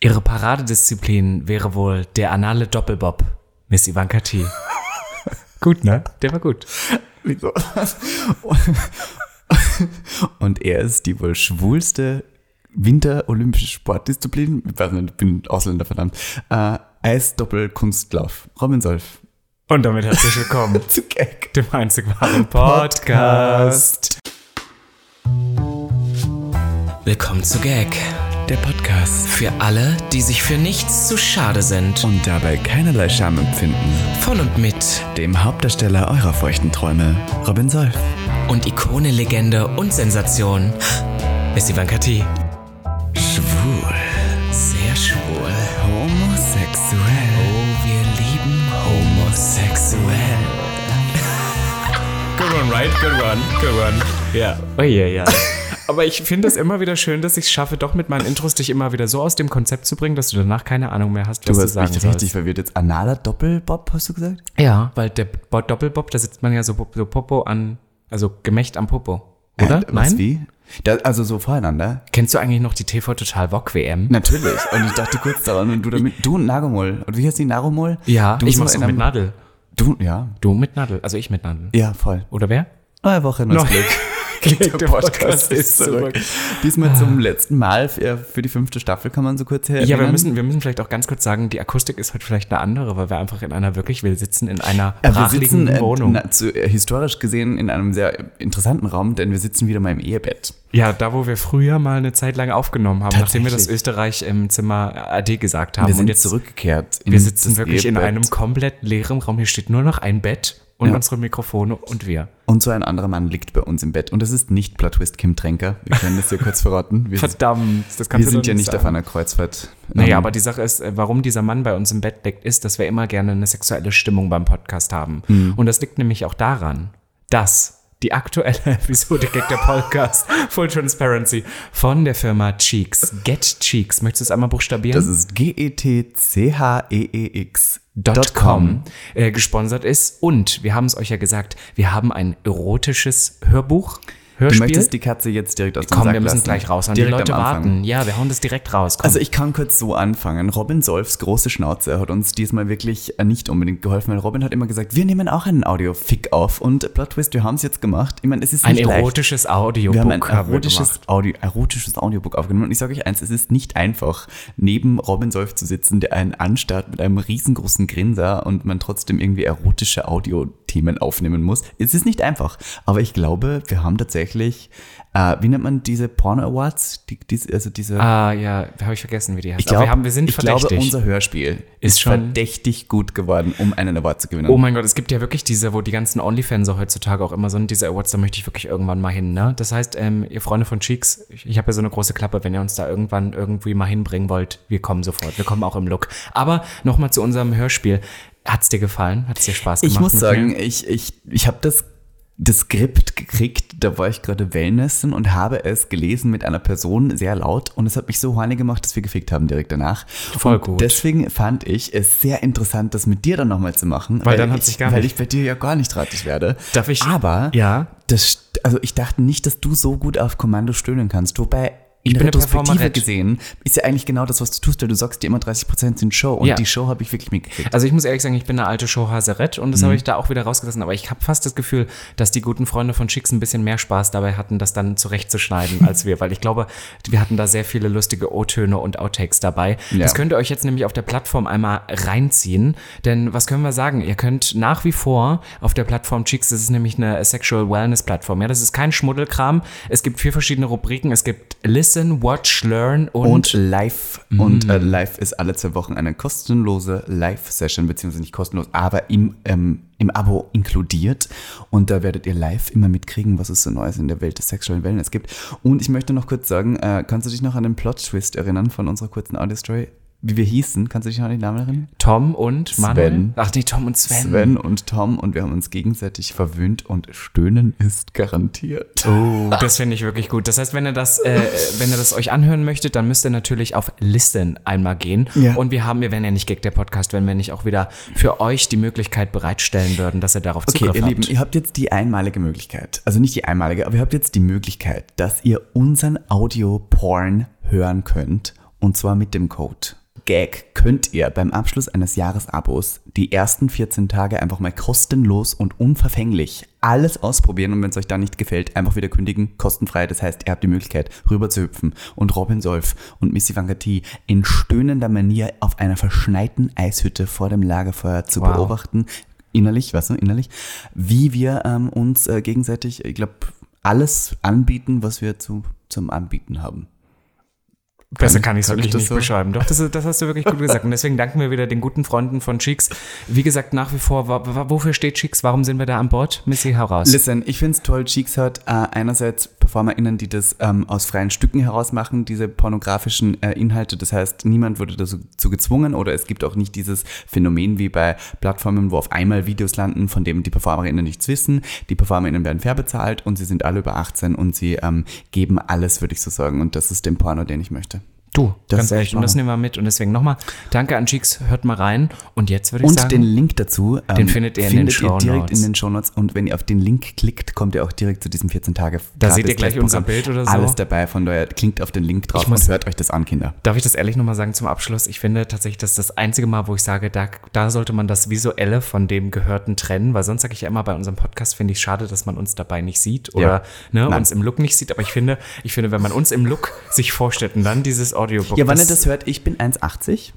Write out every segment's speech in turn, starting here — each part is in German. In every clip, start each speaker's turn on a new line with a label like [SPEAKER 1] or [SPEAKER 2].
[SPEAKER 1] Ihre Paradedisziplin wäre wohl der anale Doppelbob, Miss Ivanka T. gut, ne? Der war gut.
[SPEAKER 2] Wieso? Und er ist die wohl schwulste Winter-Olympische Sportdisziplin, ich weiß nicht, ich bin Ausländer, verdammt, äh, Eisdoppelkunstlauf. Robin Solf.
[SPEAKER 1] Und damit herzlich willkommen
[SPEAKER 2] Zu Gag.
[SPEAKER 1] dem einzig wahren Podcast. Willkommen zu Gag.
[SPEAKER 2] Der Podcast.
[SPEAKER 1] Für alle, die sich für nichts zu schade sind.
[SPEAKER 2] Und dabei keinerlei Scham empfinden.
[SPEAKER 1] Von und mit
[SPEAKER 2] Dem Hauptdarsteller eurer feuchten Träume, Robin Solf.
[SPEAKER 1] und Ikone, Legende und Sensation. Miss Ivanka T.
[SPEAKER 2] Schwul.
[SPEAKER 1] Sehr schwul.
[SPEAKER 2] Homosexuell.
[SPEAKER 1] Oh, wir lieben homosexuell. Good one, right? Good one, good one. Ja. Oh ja, ja. Aber ich finde es immer wieder schön, dass ich es schaffe, doch mit meinen Intros dich immer wieder so aus dem Konzept zu bringen, dass du danach keine Ahnung mehr hast, was
[SPEAKER 2] Du
[SPEAKER 1] du,
[SPEAKER 2] hast
[SPEAKER 1] sagen
[SPEAKER 2] mich
[SPEAKER 1] sollst.
[SPEAKER 2] richtig verwirrt jetzt. Analer Doppelbob, hast du gesagt?
[SPEAKER 1] Ja, weil der Bo Doppelbob, da sitzt man ja so, so Popo an, also Gemächt am Popo. Oder?
[SPEAKER 2] Äh, Was, wie? Da, also so voreinander?
[SPEAKER 1] Kennst du eigentlich noch die TV Total Wok WM?
[SPEAKER 2] Natürlich. Und ich dachte kurz daran und du damit. Du und Nagomol. Und wie heißt die Nagomol?
[SPEAKER 1] Ja,
[SPEAKER 2] du
[SPEAKER 1] ich
[SPEAKER 2] bist
[SPEAKER 1] mach's
[SPEAKER 2] noch
[SPEAKER 1] auch
[SPEAKER 2] in
[SPEAKER 1] mit
[SPEAKER 2] einem-
[SPEAKER 1] Nadel.
[SPEAKER 2] Du, ja.
[SPEAKER 1] Du mit Nadel, also ich mit Nadel.
[SPEAKER 2] Ja, voll.
[SPEAKER 1] Oder wer?
[SPEAKER 2] Neue Woche, neues
[SPEAKER 1] Neu-
[SPEAKER 2] Glück.
[SPEAKER 1] Der Podcast ist zurück.
[SPEAKER 2] Diesmal zum letzten Mal für für die fünfte Staffel, kann man so kurz her.
[SPEAKER 1] Ja, wir
[SPEAKER 2] erinnern.
[SPEAKER 1] müssen, wir müssen vielleicht auch ganz kurz sagen, die Akustik ist heute vielleicht eine andere, weil wir einfach in einer wirklich, wir sitzen in einer
[SPEAKER 2] Äh, wir sitzen
[SPEAKER 1] brachliegenden
[SPEAKER 2] äh,
[SPEAKER 1] Wohnung.
[SPEAKER 2] Na, zu, äh, historisch gesehen in einem sehr interessanten Raum, denn wir sitzen wieder mal im Ehebett.
[SPEAKER 1] ja, da wo wir früher mal eine Zeit lang aufgenommen haben, nachdem wir das
[SPEAKER 2] Tatsächlich.
[SPEAKER 1] Österreich im Zimmer AD gesagt haben.
[SPEAKER 2] Wir sind
[SPEAKER 1] und jetzt
[SPEAKER 2] zurückgekehrt.
[SPEAKER 1] Wir sitzen
[SPEAKER 2] ins
[SPEAKER 1] wirklich in
[SPEAKER 2] Ehebett.
[SPEAKER 1] einem komplett leeren Raum. Hier steht nur noch ein Bett und
[SPEAKER 2] Ja.
[SPEAKER 1] unsere Mikrofone und wir.
[SPEAKER 2] Und so ein anderer Mann liegt bei uns im Bett. Und das ist nicht Plattwist Kim Tränker. Wir können das hier kurz verraten. Wir,
[SPEAKER 1] Verdammt, das kannst
[SPEAKER 2] wir sind ja nicht auf
[SPEAKER 1] davon.
[SPEAKER 2] einer Kreuzfahrt.
[SPEAKER 1] Naja,
[SPEAKER 2] Ähm,
[SPEAKER 1] aber die Sache ist, äh, warum dieser Mann bei uns im Bett liegt, ist, dass wir immer gerne eine sexuelle Stimmung beim Podcast haben.
[SPEAKER 2] Mhm.
[SPEAKER 1] Und das liegt nämlich auch daran, dass die aktuelle Episode Gag der Podcast Full Transparency von der Firma Cheeks, Get Cheeks, möchtest du es einmal buchstabieren?
[SPEAKER 2] Das ist E G-E-T-C-H-E-E-X.
[SPEAKER 1] Dot .com äh, gesponsert ist. Und wir haben es euch ja gesagt, wir haben ein erotisches Hörbuch,
[SPEAKER 2] Du
[SPEAKER 1] Hörspiel.
[SPEAKER 2] möchtest die Katze jetzt direkt aus dem
[SPEAKER 1] Komm,
[SPEAKER 2] Sack
[SPEAKER 1] wir müssen
[SPEAKER 2] lassen.
[SPEAKER 1] gleich raus. Die
[SPEAKER 2] Direkt
[SPEAKER 1] Leute
[SPEAKER 2] am Anfang.
[SPEAKER 1] warten. Ja, wir hauen das direkt raus. Komm.
[SPEAKER 2] Also ich kann kurz so anfangen. Robin Solfs große Schnauze hat uns diesmal wirklich äh, nicht unbedingt geholfen, weil Robin hat immer gesagt, wir nehmen auch einen Audiofick auf und Plot Twist, wir haben es jetzt gemacht. Ich meine, es ist
[SPEAKER 1] ein
[SPEAKER 2] nicht leicht.
[SPEAKER 1] erotisches Audiobook
[SPEAKER 2] Wir haben ein
[SPEAKER 1] haben wir
[SPEAKER 2] erotisches,
[SPEAKER 1] gemacht.
[SPEAKER 2] Audio, erotisches Audiobook aufgenommen und ich sage euch eins, es ist nicht einfach, neben Robin Solf zu sitzen, der einen anstarrt mit einem riesengroßen Grinser und man trotzdem irgendwie erotische Audiothemen aufnehmen muss. Es ist nicht einfach, aber ich glaube, wir haben tatsächlich, äh, wie nennt man diese Porno Awards? Die, diese- also diese Also
[SPEAKER 1] Ah ja, habe ich vergessen, wie die heißt.
[SPEAKER 2] ich glaube,
[SPEAKER 1] Aber wir, haben, wir sind
[SPEAKER 2] ich
[SPEAKER 1] verdächtig.
[SPEAKER 2] glaube, unser Hörspiel ist,
[SPEAKER 1] schon-
[SPEAKER 2] verdächtig gut geworden, um einen Award zu gewinnen.
[SPEAKER 1] oh mein Gott, es gibt ja wirklich diese, wo die ganzen Onlyfanser heutzutage auch immer sind, diese Awards, da möchte ich wirklich irgendwann mal hin. Ne? Das heißt, ähm, ihr Freunde von Cheeks, ich, ich habe ja so eine große Klappe, wenn ihr uns da irgendwann irgendwie mal hinbringen wollt, wir kommen sofort, wir kommen auch im Look. Aber nochmal zu unserem Hörspiel. Hat's dir gefallen? Hat's dir Spaß gemacht?
[SPEAKER 2] ich muss
[SPEAKER 1] mit mir?
[SPEAKER 2] sagen, ich, ich, ich habe das, das Skript gekriegt, da war ich gerade Wellnessen und habe es gelesen mit einer Person sehr laut und es hat mich so horny gemacht, dass wir gefickt haben direkt danach.
[SPEAKER 1] Voll
[SPEAKER 2] und
[SPEAKER 1] gut.
[SPEAKER 2] Deswegen fand ich es sehr interessant, das mit dir dann nochmal zu machen.
[SPEAKER 1] Weil dann hat sich
[SPEAKER 2] ich,
[SPEAKER 1] gar
[SPEAKER 2] Weil
[SPEAKER 1] nicht-
[SPEAKER 2] ich bei dir ja gar nicht ratig werde.
[SPEAKER 1] Darf ich-
[SPEAKER 2] Aber,
[SPEAKER 1] Ja.
[SPEAKER 2] das, st- also ich dachte nicht, dass du so gut auf Kommando stöhnen kannst. Wobei, in
[SPEAKER 1] bin eine
[SPEAKER 2] Retrospektive
[SPEAKER 1] Performerette.
[SPEAKER 2] gesehen, ist ja eigentlich genau das, was du tust, weil du sagst dir immer 30% sind Show und
[SPEAKER 1] Ja.
[SPEAKER 2] die Show habe ich wirklich mitgekriegt.
[SPEAKER 1] Also ich muss ehrlich sagen, ich bin eine alte Showhaserett und das
[SPEAKER 2] Mhm.
[SPEAKER 1] habe ich da auch wieder rausgelassen. Aber ich habe fast das Gefühl, dass die guten Freunde von Chicks ein bisschen mehr Spaß dabei hatten, das dann zurechtzuschneiden als wir. Weil ich glaube, wir hatten da sehr viele lustige O-Töne und Outtakes dabei.
[SPEAKER 2] Ja.
[SPEAKER 1] Das könnt ihr euch jetzt nämlich auf der Plattform einmal reinziehen. Denn was können wir sagen? Ihr könnt nach wie vor auf der Plattform Chicks, das ist nämlich eine Sexual Wellness Plattform. Ja, das ist kein Schmuddelkram. Es gibt vier verschiedene Rubriken. Es gibt Listen, Watch, Learn und,
[SPEAKER 2] Und live. Und äh, live ist alle zwei Wochen eine kostenlose Live-Session, beziehungsweise nicht kostenlos, aber im, ähm, im Abo inkludiert. Und da werdet ihr live immer mitkriegen, was es so Neues in der Welt des Sexual Wellness gibt. Und ich möchte noch kurz sagen, äh, kannst du dich noch an den Plot-Twist erinnern von unserer kurzen Audio-Story? Wie wir hießen, kannst du dich noch an den Namen erinnern?
[SPEAKER 1] Tom und Manuel.
[SPEAKER 2] Sven.
[SPEAKER 1] Ach nee, Tom und Sven.
[SPEAKER 2] Sven und Tom und wir haben uns gegenseitig verwöhnt und Stöhnen ist garantiert.
[SPEAKER 1] Oh,
[SPEAKER 2] Ah.
[SPEAKER 1] das finde ich wirklich gut. Das heißt, wenn ihr das, äh, wenn ihr das euch anhören möchtet, dann müsst ihr natürlich auf Listen einmal gehen.
[SPEAKER 2] Ja.
[SPEAKER 1] Und wir haben, wir wären ja nicht Gag der Podcast, wenn wir nicht auch wieder für euch die Möglichkeit bereitstellen würden, dass ihr darauf
[SPEAKER 2] Okay,
[SPEAKER 1] Zugriff
[SPEAKER 2] ihr
[SPEAKER 1] habt.
[SPEAKER 2] Lieben, ihr habt jetzt die einmalige Möglichkeit, also nicht die einmalige, aber ihr habt jetzt die Möglichkeit, dass ihr unseren Audio-Porn hören könnt Und zwar mit dem Code Gag könnt ihr beim Abschluss eines Jahresabos die ersten 14 Tage einfach mal kostenlos und unverfänglich alles ausprobieren und wenn es euch dann nicht gefällt, einfach wieder kündigen, kostenfrei. Das heißt, ihr habt die Möglichkeit, rüber zu hüpfen und Robin Solf und Missy Vangati in stöhnender Manier auf einer verschneiten Eishütte vor dem Lagerfeuer zu
[SPEAKER 1] Wow.
[SPEAKER 2] beobachten. Innerlich, was, ne? Innerlich. Wie wir ähm, uns äh, gegenseitig, ich glaube, alles anbieten, was wir zu, zum Anbieten haben.
[SPEAKER 1] Besser
[SPEAKER 2] ich-
[SPEAKER 1] kann ich es
[SPEAKER 2] kann ich
[SPEAKER 1] wirklich
[SPEAKER 2] das
[SPEAKER 1] nicht
[SPEAKER 2] so?
[SPEAKER 1] beschreiben. Doch, das, das hast du wirklich gut gesagt. Und deswegen danken wir wieder den guten Freunden von Cheeks. Wie gesagt, nach wie vor, wa- wa- wofür steht Cheeks? Warum sind wir da an Bord? Missy, hau raus.
[SPEAKER 2] Listen, ich finde es toll, Cheeks hat äh, einerseits PerformerInnen, die das ähm, aus freien Stücken heraus machen, diese pornografischen äh, Inhalte. Das heißt, niemand wurde dazu zu gezwungen oder es gibt auch nicht dieses Phänomen wie bei Plattformen, wo auf einmal Videos landen, von denen die PerformerInnen nichts wissen. Die PerformerInnen werden fair bezahlt und sie sind alle über 18 und sie ähm, geben alles, würde ich so sagen. Und das ist den Porno, den ich möchte.
[SPEAKER 1] Du,
[SPEAKER 2] Das
[SPEAKER 1] ganz
[SPEAKER 2] ist
[SPEAKER 1] ehrlich,
[SPEAKER 2] echt
[SPEAKER 1] und das
[SPEAKER 2] Hammer.
[SPEAKER 1] nehmen wir mit. Und deswegen nochmal, danke an Cheeks, hört mal rein. Und jetzt würde ich
[SPEAKER 2] Und
[SPEAKER 1] sagen,
[SPEAKER 2] den Link dazu ähm,
[SPEAKER 1] Den findet ihr in den Shownotes.
[SPEAKER 2] direkt in den Shownotes. Und wenn ihr auf den Link klickt, kommt ihr auch direkt zu diesem 14 tage
[SPEAKER 1] Da seht ihr
[SPEAKER 2] gratis
[SPEAKER 1] gleich unser
[SPEAKER 2] Testprogramm.
[SPEAKER 1] Bild oder so.
[SPEAKER 2] Alles dabei, von daher klingt auf den Link drauf
[SPEAKER 1] Ich muss-
[SPEAKER 2] und hört euch das an, Kinder.
[SPEAKER 1] darf ich das ehrlich nochmal sagen zum Abschluss? Ich finde tatsächlich, das ist das einzige Mal, wo ich sage, da, da sollte man das Visuelle von dem Gehörten trennen, weil sonst sage ich ja immer, bei unserem Podcast finde ich schade, dass man uns dabei nicht sieht oder ne,
[SPEAKER 2] Nein.
[SPEAKER 1] uns im Look nicht sieht. Aber ich finde, ich finde, wenn man uns im Look sich vorstellt und dann dieses Audiobook.
[SPEAKER 2] Ja, wann ihr das hört, ich bin 1,80,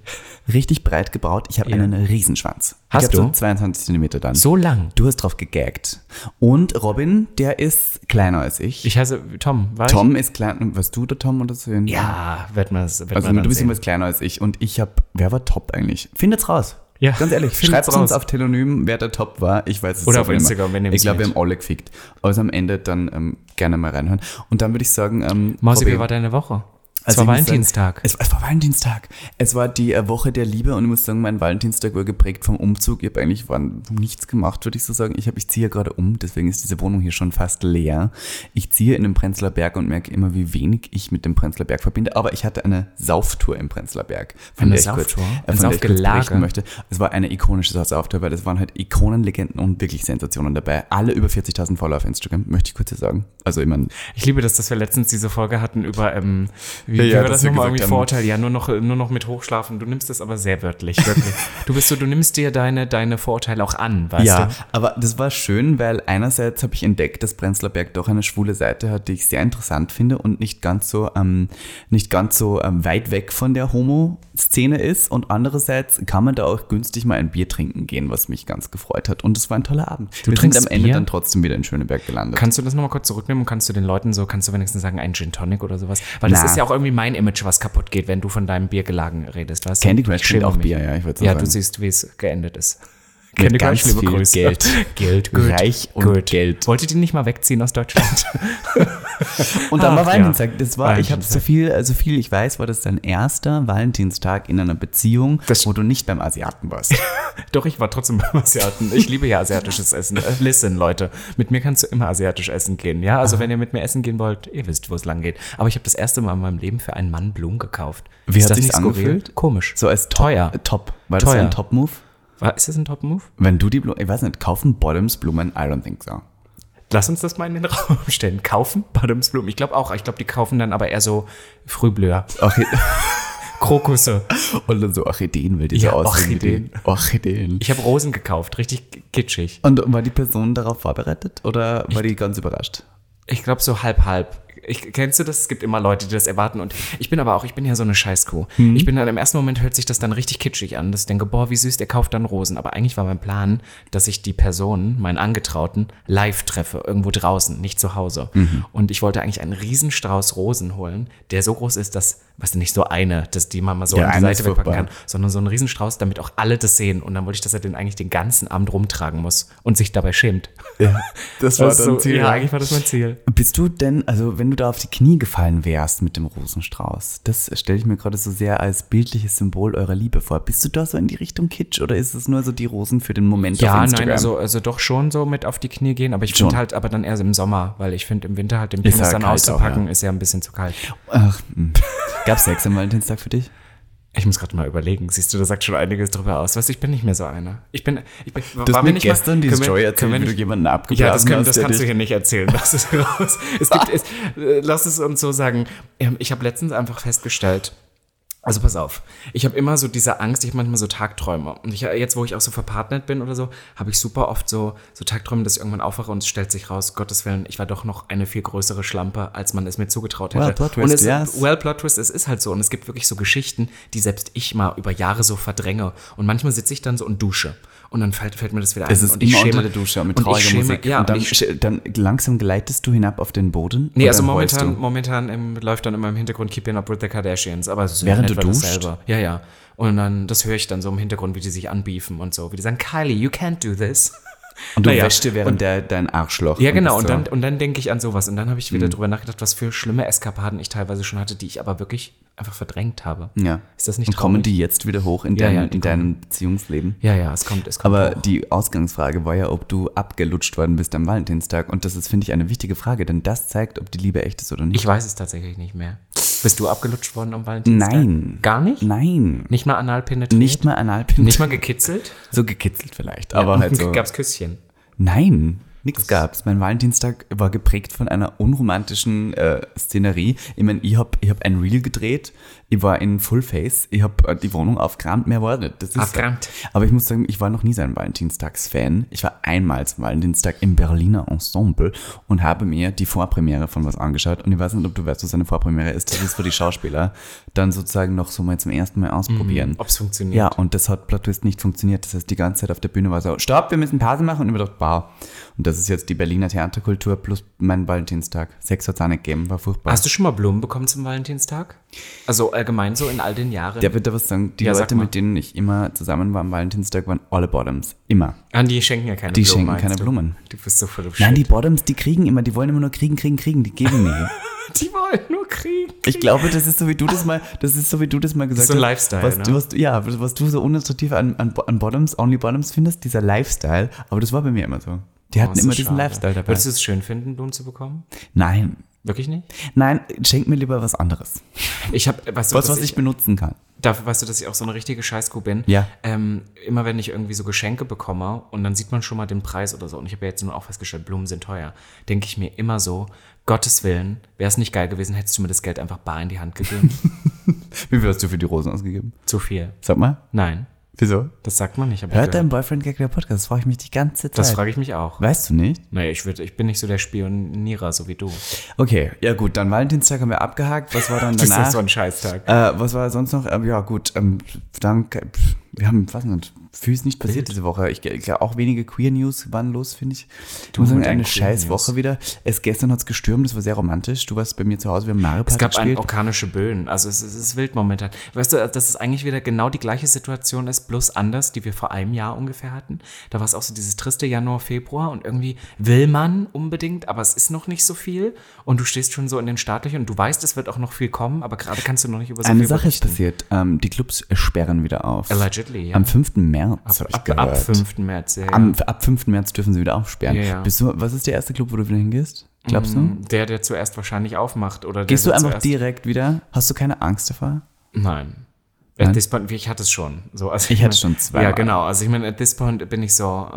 [SPEAKER 2] richtig breit gebaut. Ich habe
[SPEAKER 1] Ja.
[SPEAKER 2] einen Riesenschwanz.
[SPEAKER 1] Hast
[SPEAKER 2] ich hab
[SPEAKER 1] du?
[SPEAKER 2] So 22 Zentimeter dann.
[SPEAKER 1] so lang.
[SPEAKER 2] Du hast drauf gegaggt. Und Robin, der ist kleiner als ich.
[SPEAKER 1] Ich heiße Tom, war
[SPEAKER 2] Tom ist kleiner. Was du, der Tom oder so?
[SPEAKER 1] Ich? Ja, wird man es.
[SPEAKER 2] Also du bist immer kleiner als ich und ich habe, wer war top eigentlich? Findet's raus.
[SPEAKER 1] Ja,
[SPEAKER 2] Ganz ehrlich,
[SPEAKER 1] findet's
[SPEAKER 2] schreibt
[SPEAKER 1] raus.
[SPEAKER 2] uns auf Telonym, wer der Top war. Ich weiß es
[SPEAKER 1] Oder
[SPEAKER 2] selber
[SPEAKER 1] auf
[SPEAKER 2] nicht mehr.
[SPEAKER 1] Instagram, wenn ihr
[SPEAKER 2] Ich
[SPEAKER 1] wisst
[SPEAKER 2] glaube, wir
[SPEAKER 1] nicht.
[SPEAKER 2] haben alle gefickt. Also am Ende dann ähm, gerne mal reinhören. Und dann würde ich sagen, ähm,
[SPEAKER 1] Mausi,
[SPEAKER 2] Robin,
[SPEAKER 1] wie war deine Woche?
[SPEAKER 2] also
[SPEAKER 1] es war
[SPEAKER 2] ich muss sagen,
[SPEAKER 1] Valentinstag.
[SPEAKER 2] es, es war Valentinstag. Es war die äh, Woche der Liebe und ich muss sagen, mein Valentinstag war geprägt vom Umzug. Ich habe eigentlich wann, nichts gemacht, würde ich so sagen. Ich, hab, ich ziehe ja gerade um, deswegen ist diese Wohnung hier schon fast leer. Ich ziehe in den Prenzlauer Berg und merke immer, wie wenig ich mit dem Prenzlauer Berg verbinde. Aber ich hatte eine Sauftour im Prenzlauer Berg. Von
[SPEAKER 1] Eine
[SPEAKER 2] der ich kurz-
[SPEAKER 1] Sauftour?
[SPEAKER 2] Äh,
[SPEAKER 1] Ein
[SPEAKER 2] von der ich kurz
[SPEAKER 1] Saufgelage?
[SPEAKER 2] berichten möchte. Es war eine ikonische Sauftour, weil es waren halt Ikonen, Legenden und wirklich Sensationen dabei. Alle über 40.000 Follower auf Instagram, möchte ich kurz hier sagen. Also ich meine,
[SPEAKER 1] Ich liebe das, dass wir letztens diese Folge hatten über, ähm, wie,
[SPEAKER 2] Ja,
[SPEAKER 1] wie
[SPEAKER 2] ja,
[SPEAKER 1] war
[SPEAKER 2] dass
[SPEAKER 1] das
[SPEAKER 2] wir
[SPEAKER 1] nochmal
[SPEAKER 2] gesagt ähm,
[SPEAKER 1] irgendwie
[SPEAKER 2] haben-
[SPEAKER 1] Vorurteil? Ja, nur noch, nur noch mit Hochschlafen. Du nimmst das aber sehr wörtlich, wirklich. du bist so, du nimmst dir deine, deine Vorurteile auch an, weißt
[SPEAKER 2] ja,
[SPEAKER 1] du?
[SPEAKER 2] aber das war schön, weil einerseits habe ich entdeckt, dass Prenzlauer Berg doch eine schwule Seite hat, die ich sehr interessant finde und nicht ganz so, ähm, nicht ganz so ähm, weit weg von der Homo-Szene ist. Und andererseits kann man da auch günstig mal ein Bier trinken gehen, was mich ganz gefreut hat. Und es war ein toller Abend.
[SPEAKER 1] Du
[SPEAKER 2] Wir sind
[SPEAKER 1] trinkst
[SPEAKER 2] am Ende
[SPEAKER 1] Bier?
[SPEAKER 2] dann trotzdem wieder in Schöneberg gelandet.
[SPEAKER 1] Kannst du das nochmal kurz zurücknehmen und kannst du den Leuten so, kannst du wenigstens sagen, einen Gin Tonic oder sowas? Weil das
[SPEAKER 2] Na.
[SPEAKER 1] ist ja auch irgendwie mein Image, was kaputt geht, wenn du von deinem Biergelagen redest, weißt du?
[SPEAKER 2] Candy Crush
[SPEAKER 1] Ich schäme
[SPEAKER 2] trinkt auch
[SPEAKER 1] mich.
[SPEAKER 2] Bier, ja, ich würd's auch
[SPEAKER 1] Ja,
[SPEAKER 2] sagen.
[SPEAKER 1] du siehst, wie es geendet ist.
[SPEAKER 2] Mit ganz viel Geld.
[SPEAKER 1] Geld, gut.
[SPEAKER 2] Reich und Geld.
[SPEAKER 1] Wolltet ihr nicht mal wegziehen aus Deutschland?
[SPEAKER 2] Und dann war
[SPEAKER 1] Ach,
[SPEAKER 2] Valentinstag.
[SPEAKER 1] Ah, ja.
[SPEAKER 2] Das war, ich habe so
[SPEAKER 1] Valentinstag.
[SPEAKER 2] viel, also viel ich weiß, war das dein erster Valentinstag in einer Beziehung,
[SPEAKER 1] Das-
[SPEAKER 2] wo du nicht beim Asiaten warst.
[SPEAKER 1] Doch, ich war trotzdem beim Asiaten. Ich liebe ja asiatisches Essen. Äh, Listen, Leute, mit mir kannst du immer asiatisch essen gehen. Ja, also wenn ihr mit mir essen gehen wollt, ihr wisst, wo es lang geht. Aber ich habe das erste Mal in meinem Leben für einen Mann Blumen gekauft.
[SPEAKER 2] Wie hat
[SPEAKER 1] das
[SPEAKER 2] sich's
[SPEAKER 1] skurril?
[SPEAKER 2] angefühlt?
[SPEAKER 1] Komisch.
[SPEAKER 2] So als Top.
[SPEAKER 1] Teuer.
[SPEAKER 2] Top. War das
[SPEAKER 1] Teuer.
[SPEAKER 2] ein Top-Move?
[SPEAKER 1] War- Ist das ein Top-Move?
[SPEAKER 2] Wenn du die Blumen, ich weiß nicht, kaufen Bottoms Blumen? I don't think so.
[SPEAKER 1] Lass uns das mal in den Raum stellen. Kaufen Badumsblumen. Ich glaube auch. Ich glaube, die kaufen dann aber eher so Frühblüher.
[SPEAKER 2] Orchi
[SPEAKER 1] Krokusse.
[SPEAKER 2] und dann so Orchideen, weil die so
[SPEAKER 1] Ja,
[SPEAKER 2] aussehen. wie die-
[SPEAKER 1] Orchideen.
[SPEAKER 2] Orchideen.
[SPEAKER 1] Ich habe Rosen gekauft. Richtig kitschig.
[SPEAKER 2] Und war die Person darauf vorbereitet oder war die ganz überrascht?
[SPEAKER 1] Ich glaube so halb halb. Ich, kennst du das? Es gibt immer Leute, die das erwarten und ich bin aber auch, ich bin ja so eine Scheißkuh.
[SPEAKER 2] Mhm.
[SPEAKER 1] Ich bin dann im ersten Moment hört sich das dann richtig kitschig an, dass ich denke, boah, wie süß, der kauft dann Rosen. Aber eigentlich war mein Plan, dass ich die Person, meinen Angetrauten, live treffe, irgendwo draußen, nicht zu Hause.
[SPEAKER 2] Mhm.
[SPEAKER 1] Und ich wollte eigentlich einen Riesenstrauß Rosen holen, der so groß ist, dass, weißt du, nicht so eine, dass die man mal so
[SPEAKER 2] Ja,
[SPEAKER 1] an die
[SPEAKER 2] einer
[SPEAKER 1] Seite
[SPEAKER 2] ist
[SPEAKER 1] wegpacken
[SPEAKER 2] furchtbar.
[SPEAKER 1] kann, sondern so einen Riesenstrauß, damit auch alle das sehen. Und dann wollte ich, dass er den eigentlich den ganzen Abend rumtragen muss und sich dabei schämt.
[SPEAKER 2] Ja, das
[SPEAKER 1] Das ist so, ja, eigentlich war das mein Ziel.
[SPEAKER 2] Bist du denn, also wenn du da auf die Knie gefallen wärst mit dem Rosenstrauß, das stelle ich mir gerade so sehr als bildliches Symbol eurer Liebe vor. Bist du da so in die Richtung Kitsch oder ist es nur so die Rosen für den Moment
[SPEAKER 1] Ja,
[SPEAKER 2] auf Instagram?
[SPEAKER 1] nein, also, also doch schon so mit auf die Knie gehen, aber ich finde
[SPEAKER 2] Schon.
[SPEAKER 1] halt aber dann erst im Sommer, weil ich finde im Winter halt den Penis
[SPEAKER 2] ja
[SPEAKER 1] dann
[SPEAKER 2] kalt
[SPEAKER 1] auszupacken,
[SPEAKER 2] auch,
[SPEAKER 1] ist ja ein bisschen zu kalt.
[SPEAKER 2] Ach, hm. Gab's Sex am Valentinstag für dich?
[SPEAKER 1] Ich muss gerade mal überlegen, siehst du, da sagt schon einiges drüber aus. Weißt du, ich bin nicht mehr so einer. Ich bin, ich bin,
[SPEAKER 2] Du hast
[SPEAKER 1] waren wir
[SPEAKER 2] mir
[SPEAKER 1] nicht mal-
[SPEAKER 2] gestern die
[SPEAKER 1] können wir-
[SPEAKER 2] Story
[SPEAKER 1] können
[SPEAKER 2] erzählt,
[SPEAKER 1] wir
[SPEAKER 2] wie du
[SPEAKER 1] nicht-
[SPEAKER 2] jemanden abgeblasen
[SPEAKER 1] Ja, das, können,
[SPEAKER 2] hast,
[SPEAKER 1] das
[SPEAKER 2] der
[SPEAKER 1] kannst du
[SPEAKER 2] dich-
[SPEAKER 1] hier nicht erzählen. Lass es raus. Es gibt, es, äh, lass es uns so sagen. Ähm, Ich habe letztens einfach festgestellt, Also pass auf, ich habe immer so diese Angst, ich habe manchmal so Tagträume. Und ich, jetzt, wo ich auch so verpartnert bin oder so, habe ich super oft so, so Tagträume, dass ich irgendwann aufwache und es stellt sich raus, Gottes Willen, ich war doch noch eine viel größere Schlampe, als man es mir zugetraut hätte.
[SPEAKER 2] Well, Plot
[SPEAKER 1] und
[SPEAKER 2] Twist,
[SPEAKER 1] es,
[SPEAKER 2] yes.
[SPEAKER 1] Well, Plot Twist, es ist halt so. Und es gibt wirklich so Geschichten, die selbst ich mal über Jahre so verdränge. Und manchmal sitze ich dann so und dusche. Und dann fällt, fällt mir das wieder ein.
[SPEAKER 2] Es ist
[SPEAKER 1] und
[SPEAKER 2] immer unter der Dusche mit
[SPEAKER 1] und ich
[SPEAKER 2] trauriger
[SPEAKER 1] schäme-
[SPEAKER 2] Musik.
[SPEAKER 1] Ja,
[SPEAKER 2] und dann,
[SPEAKER 1] und ich,
[SPEAKER 2] sch- dann langsam gleitest du hinab auf den Boden.
[SPEAKER 1] Nee,
[SPEAKER 2] und
[SPEAKER 1] also
[SPEAKER 2] dann heulst
[SPEAKER 1] momentan,
[SPEAKER 2] du.
[SPEAKER 1] momentan ähm, läuft dann immer im Hintergrund Keeping Up with the Kardashians, aber es ist
[SPEAKER 2] Während
[SPEAKER 1] in etwa
[SPEAKER 2] du duscht?
[SPEAKER 1] dasselbe. Ja, ja. Und dann, das höre ich dann so im Hintergrund, wie die sich anbiefen und so, wie die sagen, Kylie, you can't do this.
[SPEAKER 2] Und du
[SPEAKER 1] Naja,
[SPEAKER 2] wäschst dir während der dein Arschloch.
[SPEAKER 1] Ja, genau.
[SPEAKER 2] bist
[SPEAKER 1] Und Mhm.
[SPEAKER 2] so-
[SPEAKER 1] dann, und dann denke ich an sowas. Und dann habe ich wieder drüber nachgedacht, was für schlimme Eskapaden ich teilweise schon hatte, die ich aber wirklich einfach verdrängt habe.
[SPEAKER 2] Ja.
[SPEAKER 1] Ist das nicht
[SPEAKER 2] Und kommen
[SPEAKER 1] traurig?
[SPEAKER 2] die jetzt wieder hoch in,
[SPEAKER 1] Ja,
[SPEAKER 2] dein,
[SPEAKER 1] ja, die
[SPEAKER 2] in deinem Beziehungsleben?
[SPEAKER 1] Ja, ja, es kommt, es kommt.
[SPEAKER 2] Aber
[SPEAKER 1] hoch.
[SPEAKER 2] die Ausgangsfrage war ja, ob du abgelutscht worden bist am Valentinstag. Und das ist, finde ich, eine wichtige Frage, denn das zeigt, ob die Liebe echt ist oder nicht.
[SPEAKER 1] ich weiß es tatsächlich nicht mehr. Bist du abgelutscht worden am Valentinstag?
[SPEAKER 2] Nein.
[SPEAKER 1] Gar nicht?
[SPEAKER 2] Nein.
[SPEAKER 1] Nicht mal anal penetriert?
[SPEAKER 2] Nicht mal Analpin.
[SPEAKER 1] Nicht mal gekitzelt?
[SPEAKER 2] so gekitzelt vielleicht. Aber halt so.
[SPEAKER 1] Gab's Küsschen?
[SPEAKER 2] Nein, nichts gab's. Mein Valentinstag war geprägt von einer unromantischen äh, Szenerie. Ich meine, ich hab, ich hab ein Reel gedreht, ich war in Fullface, ich hab äh, die Wohnung aufgerammt, mehr war nicht. Das ist
[SPEAKER 1] Aufgeräumt.
[SPEAKER 2] Aber ich muss sagen, ich war noch nie so ein Valentinstags-Fan. Ich war einmal zum Valentinstag im Berliner Ensemble und habe mir die Vorpremiere von was angeschaut. Und ich weiß nicht, ob du weißt, was eine Vorpremiere ist. Das ist für die Schauspieler dann sozusagen noch so mal zum ersten Mal ausprobieren.
[SPEAKER 1] Ob's funktioniert?
[SPEAKER 2] Ja, und das hat Plot Twist nicht funktioniert. Das heißt, die ganze Zeit auf der Bühne war so, stopp, wir müssen Pause machen. Und ich hab gedacht, wow. Und das ist jetzt die Berliner Theaterkultur plus mein Valentinstag. Sex hat's auch nicht gegeben, war furchtbar.
[SPEAKER 1] Hast du schon mal Blumen bekommen zum Valentinstag? Also allgemein so in all den Jahren?
[SPEAKER 2] der wird da was sagen, die
[SPEAKER 1] Ja, sag
[SPEAKER 2] Leute,
[SPEAKER 1] mal.
[SPEAKER 2] mit denen ich immer zusammen war am Valentinstag, waren alle Bottoms. Immer.
[SPEAKER 1] Ah, die schenken ja keine
[SPEAKER 2] Die
[SPEAKER 1] Blumen.
[SPEAKER 2] schenken
[SPEAKER 1] meinst
[SPEAKER 2] keine
[SPEAKER 1] du?
[SPEAKER 2] Blumen.
[SPEAKER 1] Du bist so voll
[SPEAKER 2] Nein, die Bottoms, die kriegen immer, die wollen immer nur kriegen, kriegen, kriegen, die geben nie.
[SPEAKER 1] die wollen nur kriegen.
[SPEAKER 2] Ich glaube, das ist so wie du das mal, das ist so wie du das mal gesagt
[SPEAKER 1] so ein Lifestyle,
[SPEAKER 2] Was,
[SPEAKER 1] ne?
[SPEAKER 2] du- was, du- ja, was was du so unattraktiv an, an, Bo- an Bottoms, Only Bottoms findest, dieser Lifestyle. Aber das war bei mir immer so. Die hatten
[SPEAKER 1] ist
[SPEAKER 2] immer
[SPEAKER 1] Oh, so
[SPEAKER 2] diesen
[SPEAKER 1] schade.
[SPEAKER 2] Lifestyle dabei.
[SPEAKER 1] Würdest du es schön finden, Blumen zu bekommen?
[SPEAKER 2] Nein,
[SPEAKER 1] Wirklich nicht?
[SPEAKER 2] Nein, schenk mir lieber was anderes.
[SPEAKER 1] Ich habe, weißt du,
[SPEAKER 2] Was,
[SPEAKER 1] dass
[SPEAKER 2] was ich benutzen kann.
[SPEAKER 1] Dafür weißt du, dass ich auch so eine richtige Scheißkuh bin.
[SPEAKER 2] Ja.
[SPEAKER 1] Ähm, immer wenn ich irgendwie so Geschenke bekomme und dann sieht man schon mal den Preis oder so. Und ich habe ja jetzt nur auch festgestellt, Blumen sind teuer. Denke ich mir immer so, Gottes Willen, wäre es nicht geil gewesen, hättest du mir das Geld einfach bar in die Hand gegeben.
[SPEAKER 2] Wie viel hast du für die Rosen ausgegeben?
[SPEAKER 1] Zu viel.
[SPEAKER 2] Sag mal.
[SPEAKER 1] Nein,
[SPEAKER 2] Wieso?
[SPEAKER 1] das sagt man nicht. hab ich
[SPEAKER 2] Hört
[SPEAKER 1] gehört.
[SPEAKER 2] dein Boyfriend Gag der Podcast? Das frage ich mich die ganze Zeit.
[SPEAKER 1] Das frage ich mich auch.
[SPEAKER 2] Weißt du nicht?
[SPEAKER 1] Naja, ich, würd, ich bin nicht so der Spionierer, so wie du.
[SPEAKER 2] Okay, ja gut, dann Valentinstag haben wir abgehakt. Was war dann
[SPEAKER 1] Das ist
[SPEAKER 2] danach?
[SPEAKER 1] doch so ein Scheißtag.
[SPEAKER 2] äh, was war sonst noch? Ähm, ja gut, ähm, danke. Pff, Wir haben, was denn? Viel ist nicht passiert diese Woche. Ich, ich auch wenige Queer News waren los, finde ich. Du muss
[SPEAKER 1] mit
[SPEAKER 2] sagen,
[SPEAKER 1] deinen
[SPEAKER 2] eine
[SPEAKER 1] Queer
[SPEAKER 2] scheiß
[SPEAKER 1] News.
[SPEAKER 2] Woche wieder. Es gestern hat es gestürmt, das war sehr romantisch. Du warst bei mir zu Hause, wir haben Mario Party
[SPEAKER 1] Es gab ein
[SPEAKER 2] gespielt.
[SPEAKER 1] orkanische Böen. Also es, es ist wild momentan. Weißt du, dass es eigentlich wieder genau die gleiche Situation ist, bloß anders, die wir vor einem Jahr ungefähr hatten. Da war es auch so dieses triste Januar, Februar und irgendwie will man unbedingt, aber es ist noch nicht so viel. Und du stehst schon so in den Startlöchern und du weißt, es wird auch noch viel kommen, aber gerade kannst du noch nicht über so
[SPEAKER 2] Eine
[SPEAKER 1] viel
[SPEAKER 2] Sache ist
[SPEAKER 1] berichten.
[SPEAKER 2] passiert. Ähm, die Clubs sperren wieder auf.
[SPEAKER 1] Allegedly, ja.
[SPEAKER 2] Am 5. März habe ich
[SPEAKER 1] ab,
[SPEAKER 2] gehört.
[SPEAKER 1] ab 5. März, ja. ja.
[SPEAKER 2] Am, ab 5. März dürfen sie wieder aufsperren.
[SPEAKER 1] Ja, ja.
[SPEAKER 2] Bist du, was ist der erste Club, wo du wieder hingehst? Glaubst du?
[SPEAKER 1] der, der zuerst wahrscheinlich aufmacht. Oder der,
[SPEAKER 2] Gehst du
[SPEAKER 1] der
[SPEAKER 2] einfach
[SPEAKER 1] zuerst-
[SPEAKER 2] direkt wieder? Hast du keine Angst davor?
[SPEAKER 1] Nein. At this point, ich hatte es schon. So, also
[SPEAKER 2] Ich hatte es schon zweimal.
[SPEAKER 1] Ja, genau. Also ich meine, at this point bin ich so,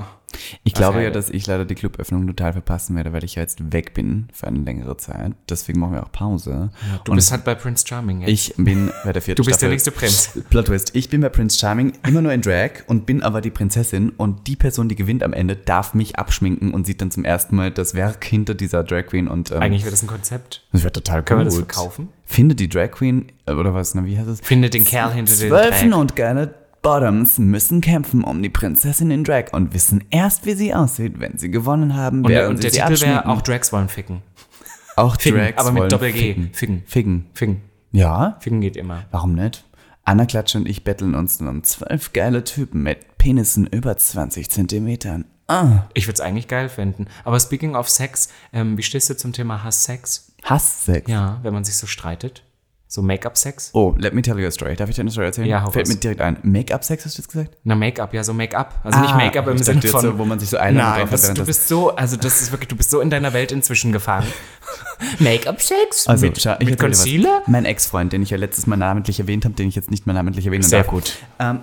[SPEAKER 2] Ich glaube ja,
[SPEAKER 1] ja.
[SPEAKER 2] dass ich leider die Cluböffnung total verpassen werde, weil ich ja jetzt weg bin für eine längere Zeit. Deswegen machen wir auch Pause.
[SPEAKER 1] du bist halt bei Prince Charming jetzt.
[SPEAKER 2] ich bin bei der vierten
[SPEAKER 1] Du bist der
[SPEAKER 2] Staffel.
[SPEAKER 1] nächste Prinz.
[SPEAKER 2] Plot Twist. Ich bin bei Prince Charming immer nur in Drag und bin aber die Prinzessin und die Person, die gewinnt am Ende, darf mich abschminken und sieht dann zum ersten Mal das Werk hinter dieser Drag Queen und ähm,
[SPEAKER 1] Eigentlich wäre das ein Konzept.
[SPEAKER 2] das wäre total
[SPEAKER 1] Können wir
[SPEAKER 2] gut.
[SPEAKER 1] das verkaufen?
[SPEAKER 2] Finde die Drag Queen äh, oder was, na, wie heißt es?
[SPEAKER 1] Finde den Kerl hinter den
[SPEAKER 2] Zwölfen
[SPEAKER 1] Drag.
[SPEAKER 2] und geile Bottoms müssen kämpfen um die Prinzessin in Drag und wissen erst, wie sie aussieht, wenn sie gewonnen haben,
[SPEAKER 1] Und,
[SPEAKER 2] während
[SPEAKER 1] und
[SPEAKER 2] sie
[SPEAKER 1] der
[SPEAKER 2] sie
[SPEAKER 1] Titel wäre
[SPEAKER 2] abschminken.
[SPEAKER 1] auch Drags wollen ficken.
[SPEAKER 2] auch
[SPEAKER 1] Ficken,
[SPEAKER 2] Drags
[SPEAKER 1] aber mit
[SPEAKER 2] wollen
[SPEAKER 1] Doppel G.
[SPEAKER 2] ficken.
[SPEAKER 1] Ficken.
[SPEAKER 2] Ficken.
[SPEAKER 1] Ficken.
[SPEAKER 2] Ja,
[SPEAKER 1] Ficken geht immer.
[SPEAKER 2] warum nicht? Anna Klatsche und ich betteln uns dann um zwölf geile Typen mit Penissen über 20 Zentimetern. Ah,
[SPEAKER 1] Ich würde es eigentlich geil finden. Aber speaking of Sex, ähm, wie stehst du zum Thema Hass-Sex?
[SPEAKER 2] Hasssex.
[SPEAKER 1] Ja, wenn man sich so streitet. So Make-up-Sex?
[SPEAKER 2] Oh, let me tell you a story. Darf ich dir eine Story erzählen?
[SPEAKER 1] Ja, hau
[SPEAKER 2] Fällt
[SPEAKER 1] raus.
[SPEAKER 2] mir direkt ein. Make-up-Sex hast du jetzt gesagt?
[SPEAKER 1] Na, Make-up, ja, so Make-up. Also nicht
[SPEAKER 2] Ah,
[SPEAKER 1] Make-up im
[SPEAKER 2] ich
[SPEAKER 1] Sinne
[SPEAKER 2] dachte jetzt
[SPEAKER 1] von.
[SPEAKER 2] so, wo man sich so einmal
[SPEAKER 1] Nein,
[SPEAKER 2] drauf hat
[SPEAKER 1] das,
[SPEAKER 2] während
[SPEAKER 1] du
[SPEAKER 2] des-
[SPEAKER 1] bist so, also das ist wirklich, du bist so in deiner Welt inzwischen gefangen. Make-up-Sex?
[SPEAKER 2] Also,
[SPEAKER 1] mit,
[SPEAKER 2] schau, ich
[SPEAKER 1] mit
[SPEAKER 2] erzähl dir was.
[SPEAKER 1] Concealer?
[SPEAKER 2] Mein Ex-Freund, den ich ja letztes Mal namentlich erwähnt habe, den ich jetzt nicht mehr namentlich erwähnen
[SPEAKER 1] Sehr
[SPEAKER 2] darf.
[SPEAKER 1] gut.
[SPEAKER 2] Ähm,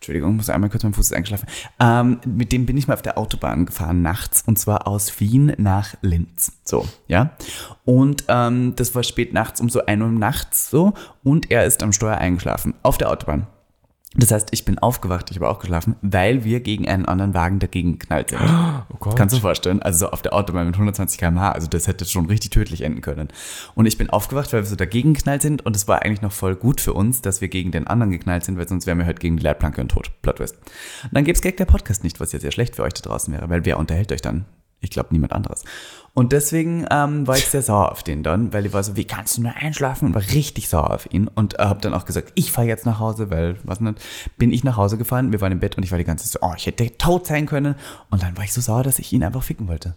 [SPEAKER 2] Entschuldigung, muss einmal kurz mein Fuß ist eingeschlafen. Ähm, mit dem bin ich mal auf der Autobahn gefahren nachts und zwar aus Wien nach Linz. So, ja. Und ähm, das war spät nachts um so ein Uhr nachts so und er ist am Steuer eingeschlafen auf der Autobahn. Das heißt, ich bin aufgewacht, ich habe auch geschlafen, weil wir gegen einen anderen Wagen dagegen geknallt sind.
[SPEAKER 1] Oh Gott.
[SPEAKER 2] Kannst du dir vorstellen? Also so auf der Autobahn mit 120 km/h. Also das hätte schon richtig tödlich enden können. Und ich bin aufgewacht, weil wir so dagegen geknallt sind. Und es war eigentlich noch voll gut für uns, dass wir gegen den anderen geknallt sind, weil sonst wären wir heute gegen die Leitplanke und tot. Plot twist. Und dann gäbe es Gag der Podcast nicht, was ja sehr schlecht für euch da draußen wäre, weil wer unterhält euch dann? Ich glaube, niemand anderes. Und deswegen ähm, war ich sehr sauer auf den dann, weil ich war so, wie kannst du nur einschlafen? Und war richtig sauer auf ihn. Und äh, habe dann auch gesagt, ich fahre jetzt nach Hause, weil, was nicht, bin ich nach Hause gefahren, wir waren im Bett und ich war die ganze Zeit so, oh, ich hätte tot sein können. Und dann war ich so sauer, dass ich ihn einfach ficken wollte.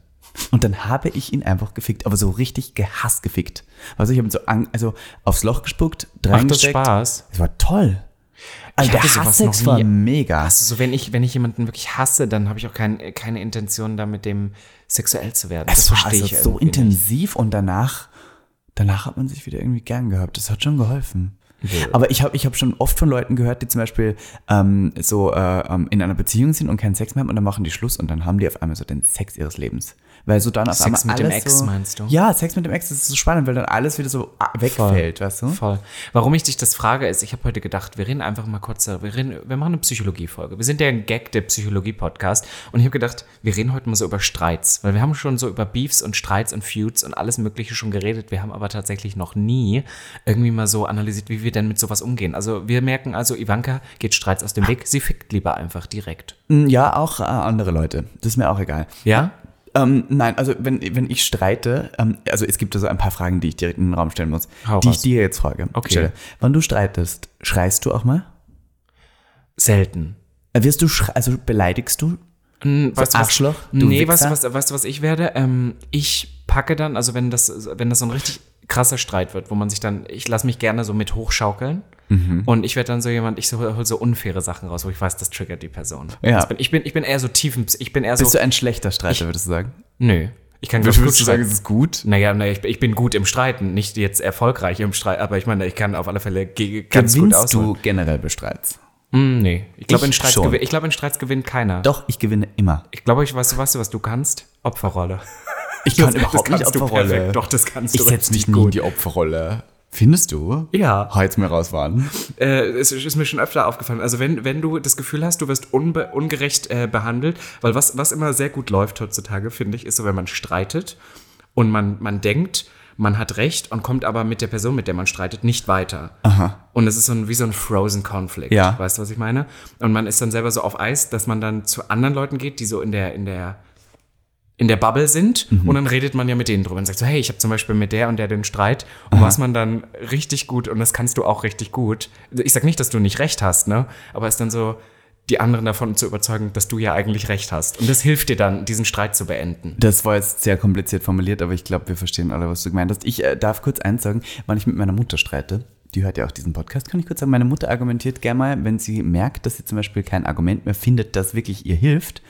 [SPEAKER 2] Und dann habe ich ihn einfach gefickt, aber so richtig gehasst gefickt. Also ich habe ihn so an, also aufs Loch gespuckt,
[SPEAKER 1] Macht das
[SPEAKER 2] reingesteckt.
[SPEAKER 1] Spaß?
[SPEAKER 2] Es war toll. Also der
[SPEAKER 1] hatte sowas
[SPEAKER 2] Hasssex
[SPEAKER 1] noch
[SPEAKER 2] war
[SPEAKER 1] nie.
[SPEAKER 2] mega.
[SPEAKER 1] Also so, wenn ich, wenn ich jemanden wirklich hasse, dann habe ich auch kein, keine Intention, da mit dem sexuell zu werden.
[SPEAKER 2] Es war also so
[SPEAKER 1] irgendwie nicht.
[SPEAKER 2] intensiv und danach, danach hat man sich wieder irgendwie gern gehabt. Das hat schon geholfen. Aber ich habe ich hab schon oft von Leuten gehört, die zum Beispiel ähm, so äh, ähm, in einer Beziehung sind und keinen Sex mehr haben und dann machen die Schluss und dann haben die auf einmal so den Sex ihres Lebens. Weil so dann auf
[SPEAKER 1] Sex
[SPEAKER 2] einmal
[SPEAKER 1] mit dem
[SPEAKER 2] alles
[SPEAKER 1] Ex,
[SPEAKER 2] so,
[SPEAKER 1] meinst du?
[SPEAKER 2] Ja, Sex mit dem Ex, das ist so spannend, weil dann alles wieder so ah, wegfällt, weißt du?
[SPEAKER 1] Voll. Warum ich dich das frage, ist, ich habe heute gedacht, wir reden einfach mal kurz, da- wir, reden, wir machen eine Psychologie-Folge. Wir sind der Gag der Psychologie-Podcast. Und ich habe gedacht, wir reden heute mal so über Streits. Weil wir haben schon so über Beefs und Streits und Feuds und alles Mögliche schon geredet. Wir haben aber tatsächlich noch nie irgendwie mal so analysiert, wie wir denn mit sowas umgehen. Also wir merken also, Ivanka geht Streits aus dem Weg. Sie fickt lieber einfach direkt.
[SPEAKER 2] Mm, Ja, auch äh, andere Leute. Das ist mir auch egal.
[SPEAKER 1] Ja?
[SPEAKER 2] Ähm, nein, also wenn, wenn ich streite, ähm, also es gibt da so ein paar Fragen, die ich direkt in den Raum stellen muss,
[SPEAKER 1] Hau
[SPEAKER 2] die
[SPEAKER 1] raus.
[SPEAKER 2] ich dir jetzt frage.
[SPEAKER 1] Okay.
[SPEAKER 2] Stelle. Wann du streitest, schreist du auch mal?
[SPEAKER 1] Selten.
[SPEAKER 2] Äh, Wirst du, schrei- also beleidigst du?
[SPEAKER 1] Mm, Weißt du, was-
[SPEAKER 2] Arschloch, du
[SPEAKER 1] Nee, weißt du,
[SPEAKER 2] Wichser.
[SPEAKER 1] was, weißt du, was ich werde? Ähm, ich packe dann, also wenn das, wenn das so ein richtig krasser Streit wird, wo man sich dann, ich lasse mich gerne so mit hochschaukeln.
[SPEAKER 2] Mhm.
[SPEAKER 1] Und ich werde dann so jemand, ich hole hol so unfaire Sachen raus, wo ich weiß, das triggert die Person.
[SPEAKER 2] Ja.
[SPEAKER 1] Das Bin, ich, bin, ich bin eher so tiefen, ich bin eher so,
[SPEAKER 2] Bist du ein schlechter Streiter, würdest du sagen?
[SPEAKER 1] nö. Ich kann ganz gut streiten.
[SPEAKER 2] es ist gut?
[SPEAKER 1] Naja, naja ich, bin- ich bin gut im Streiten, nicht jetzt erfolgreich im Streit, aber ich meine, ich kann auf alle Fälle ge- ganz gut
[SPEAKER 2] Gewinnst
[SPEAKER 1] ausholen.
[SPEAKER 2] du generell bei Streits?
[SPEAKER 1] Mm, nee, ich glaube, in,
[SPEAKER 2] Ich
[SPEAKER 1] Streits
[SPEAKER 2] schon.
[SPEAKER 1] gewin- ich glaub, in Streits gewinnt keiner.
[SPEAKER 2] Doch, ich gewinne immer.
[SPEAKER 1] Ich glaube, ich weiß, weißt du, was du kannst? Opferrolle.
[SPEAKER 2] Ich
[SPEAKER 1] Das- das kannst du perfekt. Doch, das kannst
[SPEAKER 2] Ich
[SPEAKER 1] du
[SPEAKER 2] setze mich
[SPEAKER 1] richtig
[SPEAKER 2] nie in
[SPEAKER 1] gut.
[SPEAKER 2] die Opferrolle. Findest du?
[SPEAKER 1] Ja.
[SPEAKER 2] Heiz mir raus, waren.
[SPEAKER 1] Äh, es ist mir schon öfter aufgefallen. Also wenn, wenn du das Gefühl hast, du wirst unbe ungerecht äh, behandelt, weil was, was immer sehr gut läuft heutzutage, finde ich, ist so, wenn man streitet und man, man denkt, man hat recht und kommt aber mit der Person, mit der man streitet, nicht weiter. Aha. Und es ist so ein, wie so ein Frozen Conflict.
[SPEAKER 2] Ja.
[SPEAKER 1] Weißt du, was ich meine? Und man ist dann selber so auf Eis, dass man dann zu anderen Leuten geht, die so in der, in der in der Bubble sind und dann redet man ja mit denen drüber und sagt so, hey, ich habe zum Beispiel mit der und der den Streit und was man dann richtig gut und das kannst du auch richtig gut. Ich sag nicht, dass du nicht recht hast, ne, aber es ist dann so die anderen davon zu überzeugen, dass du ja eigentlich recht hast und das hilft dir dann, diesen Streit zu beenden.
[SPEAKER 2] Das war jetzt sehr kompliziert formuliert, aber ich glaube, wir verstehen alle, was du gemeint hast. Ich äh, darf kurz eins sagen, wann ich mit meiner Mutter streite. Die hört ja auch diesen Podcast, kann ich kurz sagen. Meine Mutter argumentiert gerne mal, wenn sie merkt, dass sie zum Beispiel kein Argument mehr findet, das wirklich ihr hilft,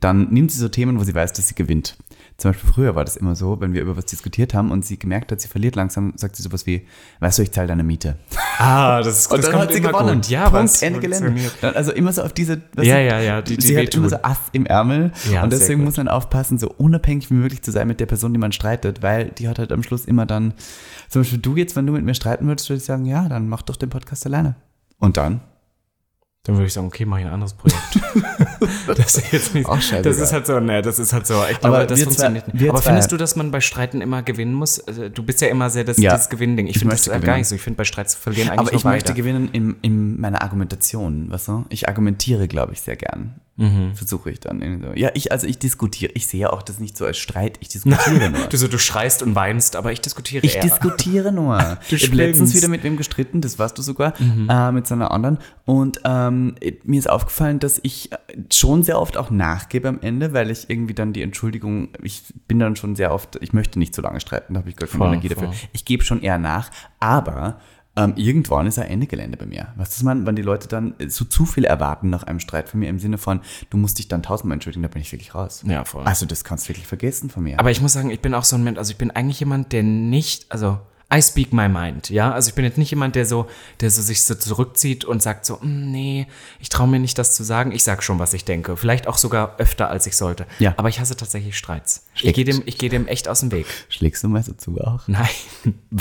[SPEAKER 2] dann nimmt sie so Themen, wo sie weiß, dass sie gewinnt. Zum Beispiel früher war das immer so, wenn wir über was diskutiert haben und sie gemerkt hat, sie verliert langsam, sagt sie sowas wie, weißt du, ich zahle deine Miete.
[SPEAKER 1] Ah, das ist
[SPEAKER 2] Und dann hat sie gewonnen.
[SPEAKER 1] Ja, was?
[SPEAKER 2] Punkt, Ende Gelände. Dann, also immer so auf diese. weißt
[SPEAKER 1] Ja,
[SPEAKER 2] du,
[SPEAKER 1] ja, ja, die- die
[SPEAKER 2] sie hat
[SPEAKER 1] wehtun.
[SPEAKER 2] immer so Ass im Ärmel.
[SPEAKER 1] Ja,
[SPEAKER 2] und
[SPEAKER 1] sehr
[SPEAKER 2] deswegen
[SPEAKER 1] gut.
[SPEAKER 2] muss man aufpassen, so unabhängig wie möglich zu sein mit der Person, die man streitet, weil die hat halt am Schluss immer dann. Zum Beispiel du jetzt, wenn du mit mir streiten würdest, würde ich sagen, ja, dann mach doch den Podcast alleine. Und dann?
[SPEAKER 1] Dann würde ich sagen, okay, mach ich ein anderes Projekt. das ist jetzt nicht,
[SPEAKER 2] Auch scheißegal.
[SPEAKER 1] Das ist halt so, ne, das ist halt so. Ich glaube,
[SPEAKER 2] Aber
[SPEAKER 1] das
[SPEAKER 2] wir
[SPEAKER 1] funktioniert
[SPEAKER 2] zwei-
[SPEAKER 1] nicht.
[SPEAKER 2] wir
[SPEAKER 1] Aber
[SPEAKER 2] zwei-
[SPEAKER 1] findest du, dass man bei Streiten immer gewinnen muss? Also, Du bist ja immer sehr das,
[SPEAKER 2] Ja.
[SPEAKER 1] das Gewinnding. Ich
[SPEAKER 2] Ich
[SPEAKER 1] finde das
[SPEAKER 2] möchte
[SPEAKER 1] halt gar
[SPEAKER 2] gewinnen.
[SPEAKER 1] nicht so. Ich finde bei Streits verlieren eigentlich
[SPEAKER 2] Aber ich
[SPEAKER 1] nur
[SPEAKER 2] möchte
[SPEAKER 1] beide.
[SPEAKER 2] gewinnen in, in meiner Argumentation, weißt du? Ich argumentiere, glaube ich, sehr gern.
[SPEAKER 1] Mhm.
[SPEAKER 2] Versuche ich dann. irgendwie so. Ja, ich, also ich diskutiere. Ich sehe auch das nicht so als Streit, ich diskutiere nur.
[SPEAKER 1] Du so, du schreist und weinst, aber ich diskutiere
[SPEAKER 2] Ich
[SPEAKER 1] eher.
[SPEAKER 2] diskutiere nur. ich
[SPEAKER 1] spinnst.
[SPEAKER 2] habe letztens wieder mit wem gestritten, das warst du sogar,
[SPEAKER 1] Mhm.
[SPEAKER 2] äh, mit so einer anderen. Und ähm, mir ist aufgefallen, dass ich äh, schon sehr oft auch nachgebe am Ende, weil ich irgendwie dann die Entschuldigung, ich bin dann schon sehr oft, ich möchte nicht so lange streiten, da habe ich gar keine
[SPEAKER 1] Voll,
[SPEAKER 2] Energie dafür.
[SPEAKER 1] voll.
[SPEAKER 2] Ich gebe schon eher nach, aber ähm, irgendwann ist ein Ende Gelände bei mir. Weißt du, man, wenn die Leute dann äh, so zu viel erwarten nach einem Streit von mir, im Sinne von, du musst dich dann tausendmal entschuldigen, da bin ich wirklich raus.
[SPEAKER 1] Ja, voll.
[SPEAKER 2] Also das kannst du wirklich vergessen von mir.
[SPEAKER 1] Aber ich muss sagen, ich bin auch so ein Mensch, also ich bin eigentlich jemand, der nicht, also I speak my mind, ja. Also ich bin jetzt nicht jemand, der so, der so sich so zurückzieht und sagt so, "Mm, nee, ich traue mir nicht, das zu sagen. Ich sag schon, was ich denke. Vielleicht auch sogar öfter, als ich sollte.
[SPEAKER 2] Ja.
[SPEAKER 1] Aber ich hasse tatsächlich Streits. Ich
[SPEAKER 2] Schlägt.
[SPEAKER 1] gehe dem, ich gehe dem echt aus dem Weg.
[SPEAKER 2] Schlägst du mal so zu auch?
[SPEAKER 1] Nein.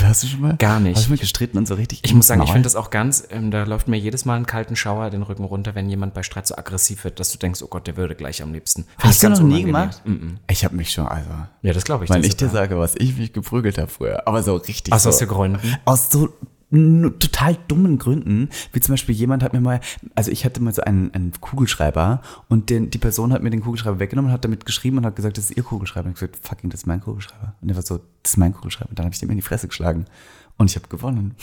[SPEAKER 2] Hast du schon mal?
[SPEAKER 1] Gar nicht.
[SPEAKER 2] Hast du mal gestritten und so richtig?
[SPEAKER 1] Ich muss sagen, ich finde das auch ganz, ähm, da läuft mir jedes Mal einen kalten Schauer den Rücken runter, wenn jemand bei Streit so aggressiv wird, dass du denkst, oh Gott, der würde gleich am liebsten. Find ich
[SPEAKER 2] Hast du
[SPEAKER 1] ganz
[SPEAKER 2] noch nie
[SPEAKER 1] unangenehm. Mm.
[SPEAKER 2] gemacht? Ich habe mich schon, also.
[SPEAKER 1] Ja, das glaube ich.
[SPEAKER 2] Wenn
[SPEAKER 1] das
[SPEAKER 2] ich dir
[SPEAKER 1] sogar.
[SPEAKER 2] sage, was ich mich geprügelt habe früher, aber so richtig.
[SPEAKER 1] Aus
[SPEAKER 2] so,
[SPEAKER 1] was für Gründen?
[SPEAKER 2] aus so n- total dummen Gründen, wie zum Beispiel jemand hat mir mal, also ich hatte mal so einen, einen Kugelschreiber und den, die Person hat mir den Kugelschreiber weggenommen und hat damit geschrieben und hat gesagt, das ist ihr Kugelschreiber. Und ich hab gesagt, fucking, das ist mein Kugelschreiber. Und er war so, das ist mein Kugelschreiber. Und dann habe ich dem in die Fresse geschlagen. Und ich habe gewonnen.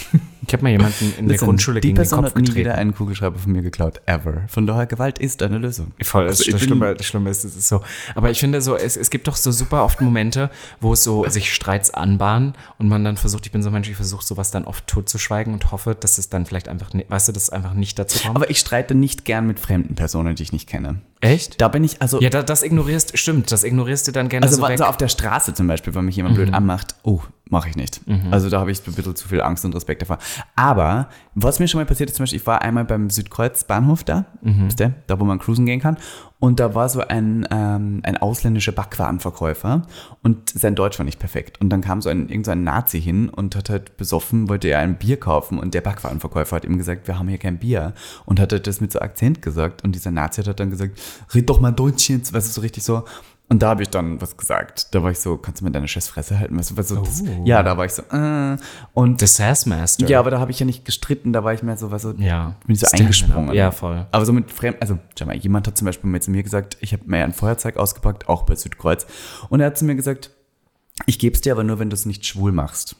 [SPEAKER 1] Ich habe mal jemanden in der
[SPEAKER 2] Listen,
[SPEAKER 1] Grundschule
[SPEAKER 2] die
[SPEAKER 1] gegen den
[SPEAKER 2] Person
[SPEAKER 1] Kopf
[SPEAKER 2] hat nie wieder
[SPEAKER 1] getreten.
[SPEAKER 2] einen Kugelschreiber von mir geklaut. Ever. Von daher, Gewalt ist eine Lösung.
[SPEAKER 1] Voll, das,
[SPEAKER 2] Also ich
[SPEAKER 1] das,
[SPEAKER 2] bin-
[SPEAKER 1] Schlimme, das Schlimme ist, es ist so. Aber ich finde so, es, es gibt doch so super oft Momente, wo es so sich Streits anbahnen und man dann versucht, ich bin so ein Mensch, ich versuche sowas dann oft totzuschweigen und hoffe, dass es dann vielleicht einfach, ni- weißt du, dass es einfach nicht dazu kommt.
[SPEAKER 2] Aber ich streite nicht gern mit fremden Personen, die ich nicht kenne.
[SPEAKER 1] echt?
[SPEAKER 2] Da bin ich, also
[SPEAKER 1] ja, da, das ignorierst, stimmt, das ignorierst du dann gerne
[SPEAKER 2] Also
[SPEAKER 1] so
[SPEAKER 2] wa-
[SPEAKER 1] weg. Mhm.
[SPEAKER 2] so auf der Straße zum Beispiel, wenn mich jemand blöd anmacht, oh, mache ich nicht. Also da habe ich ein bisschen zu viel Angst und Respekt davor. Aber was mir schon mal passiert ist, zum Beispiel, ich war einmal beim Südkreuz Bahnhof da,
[SPEAKER 1] Mhm.
[SPEAKER 2] wisst ihr, da wo man cruisen gehen kann. Und da war so ein, ähm, ein ausländischer Backwarenverkäufer und sein Deutsch war nicht perfekt. Und dann kam so ein, irgend so ein Nazi hin und hat halt besoffen, wollte er ein Bier kaufen und der Backwarenverkäufer hat ihm gesagt, wir haben hier kein Bier. Und hat halt das mit so Akzent gesagt. Und dieser Nazi hat halt dann gesagt, red doch mal Deutsch jetzt, weißt du, so richtig so. Und da habe ich dann was gesagt. Da war ich so, kannst du mir deine Scheißfresse halten? Weißt du, weißt du, das,
[SPEAKER 1] Oh.
[SPEAKER 2] Ja, da war ich so, äh. Und
[SPEAKER 1] The Sassmaster.
[SPEAKER 2] ja, aber da habe ich ja nicht gestritten, da war ich mehr so, weißt du,
[SPEAKER 1] Ja.
[SPEAKER 2] bin ich so
[SPEAKER 1] Stand-up.
[SPEAKER 2] eingesprungen.
[SPEAKER 1] Ja, voll.
[SPEAKER 2] Aber so mit fremd, also schau mal, jemand hat zum Beispiel mal zu mir gesagt, ich habe mir ein Feuerzeug ausgepackt, auch bei Südkreuz. Und er hat zu mir gesagt, ich geb's dir aber nur, wenn du es nicht schwul machst.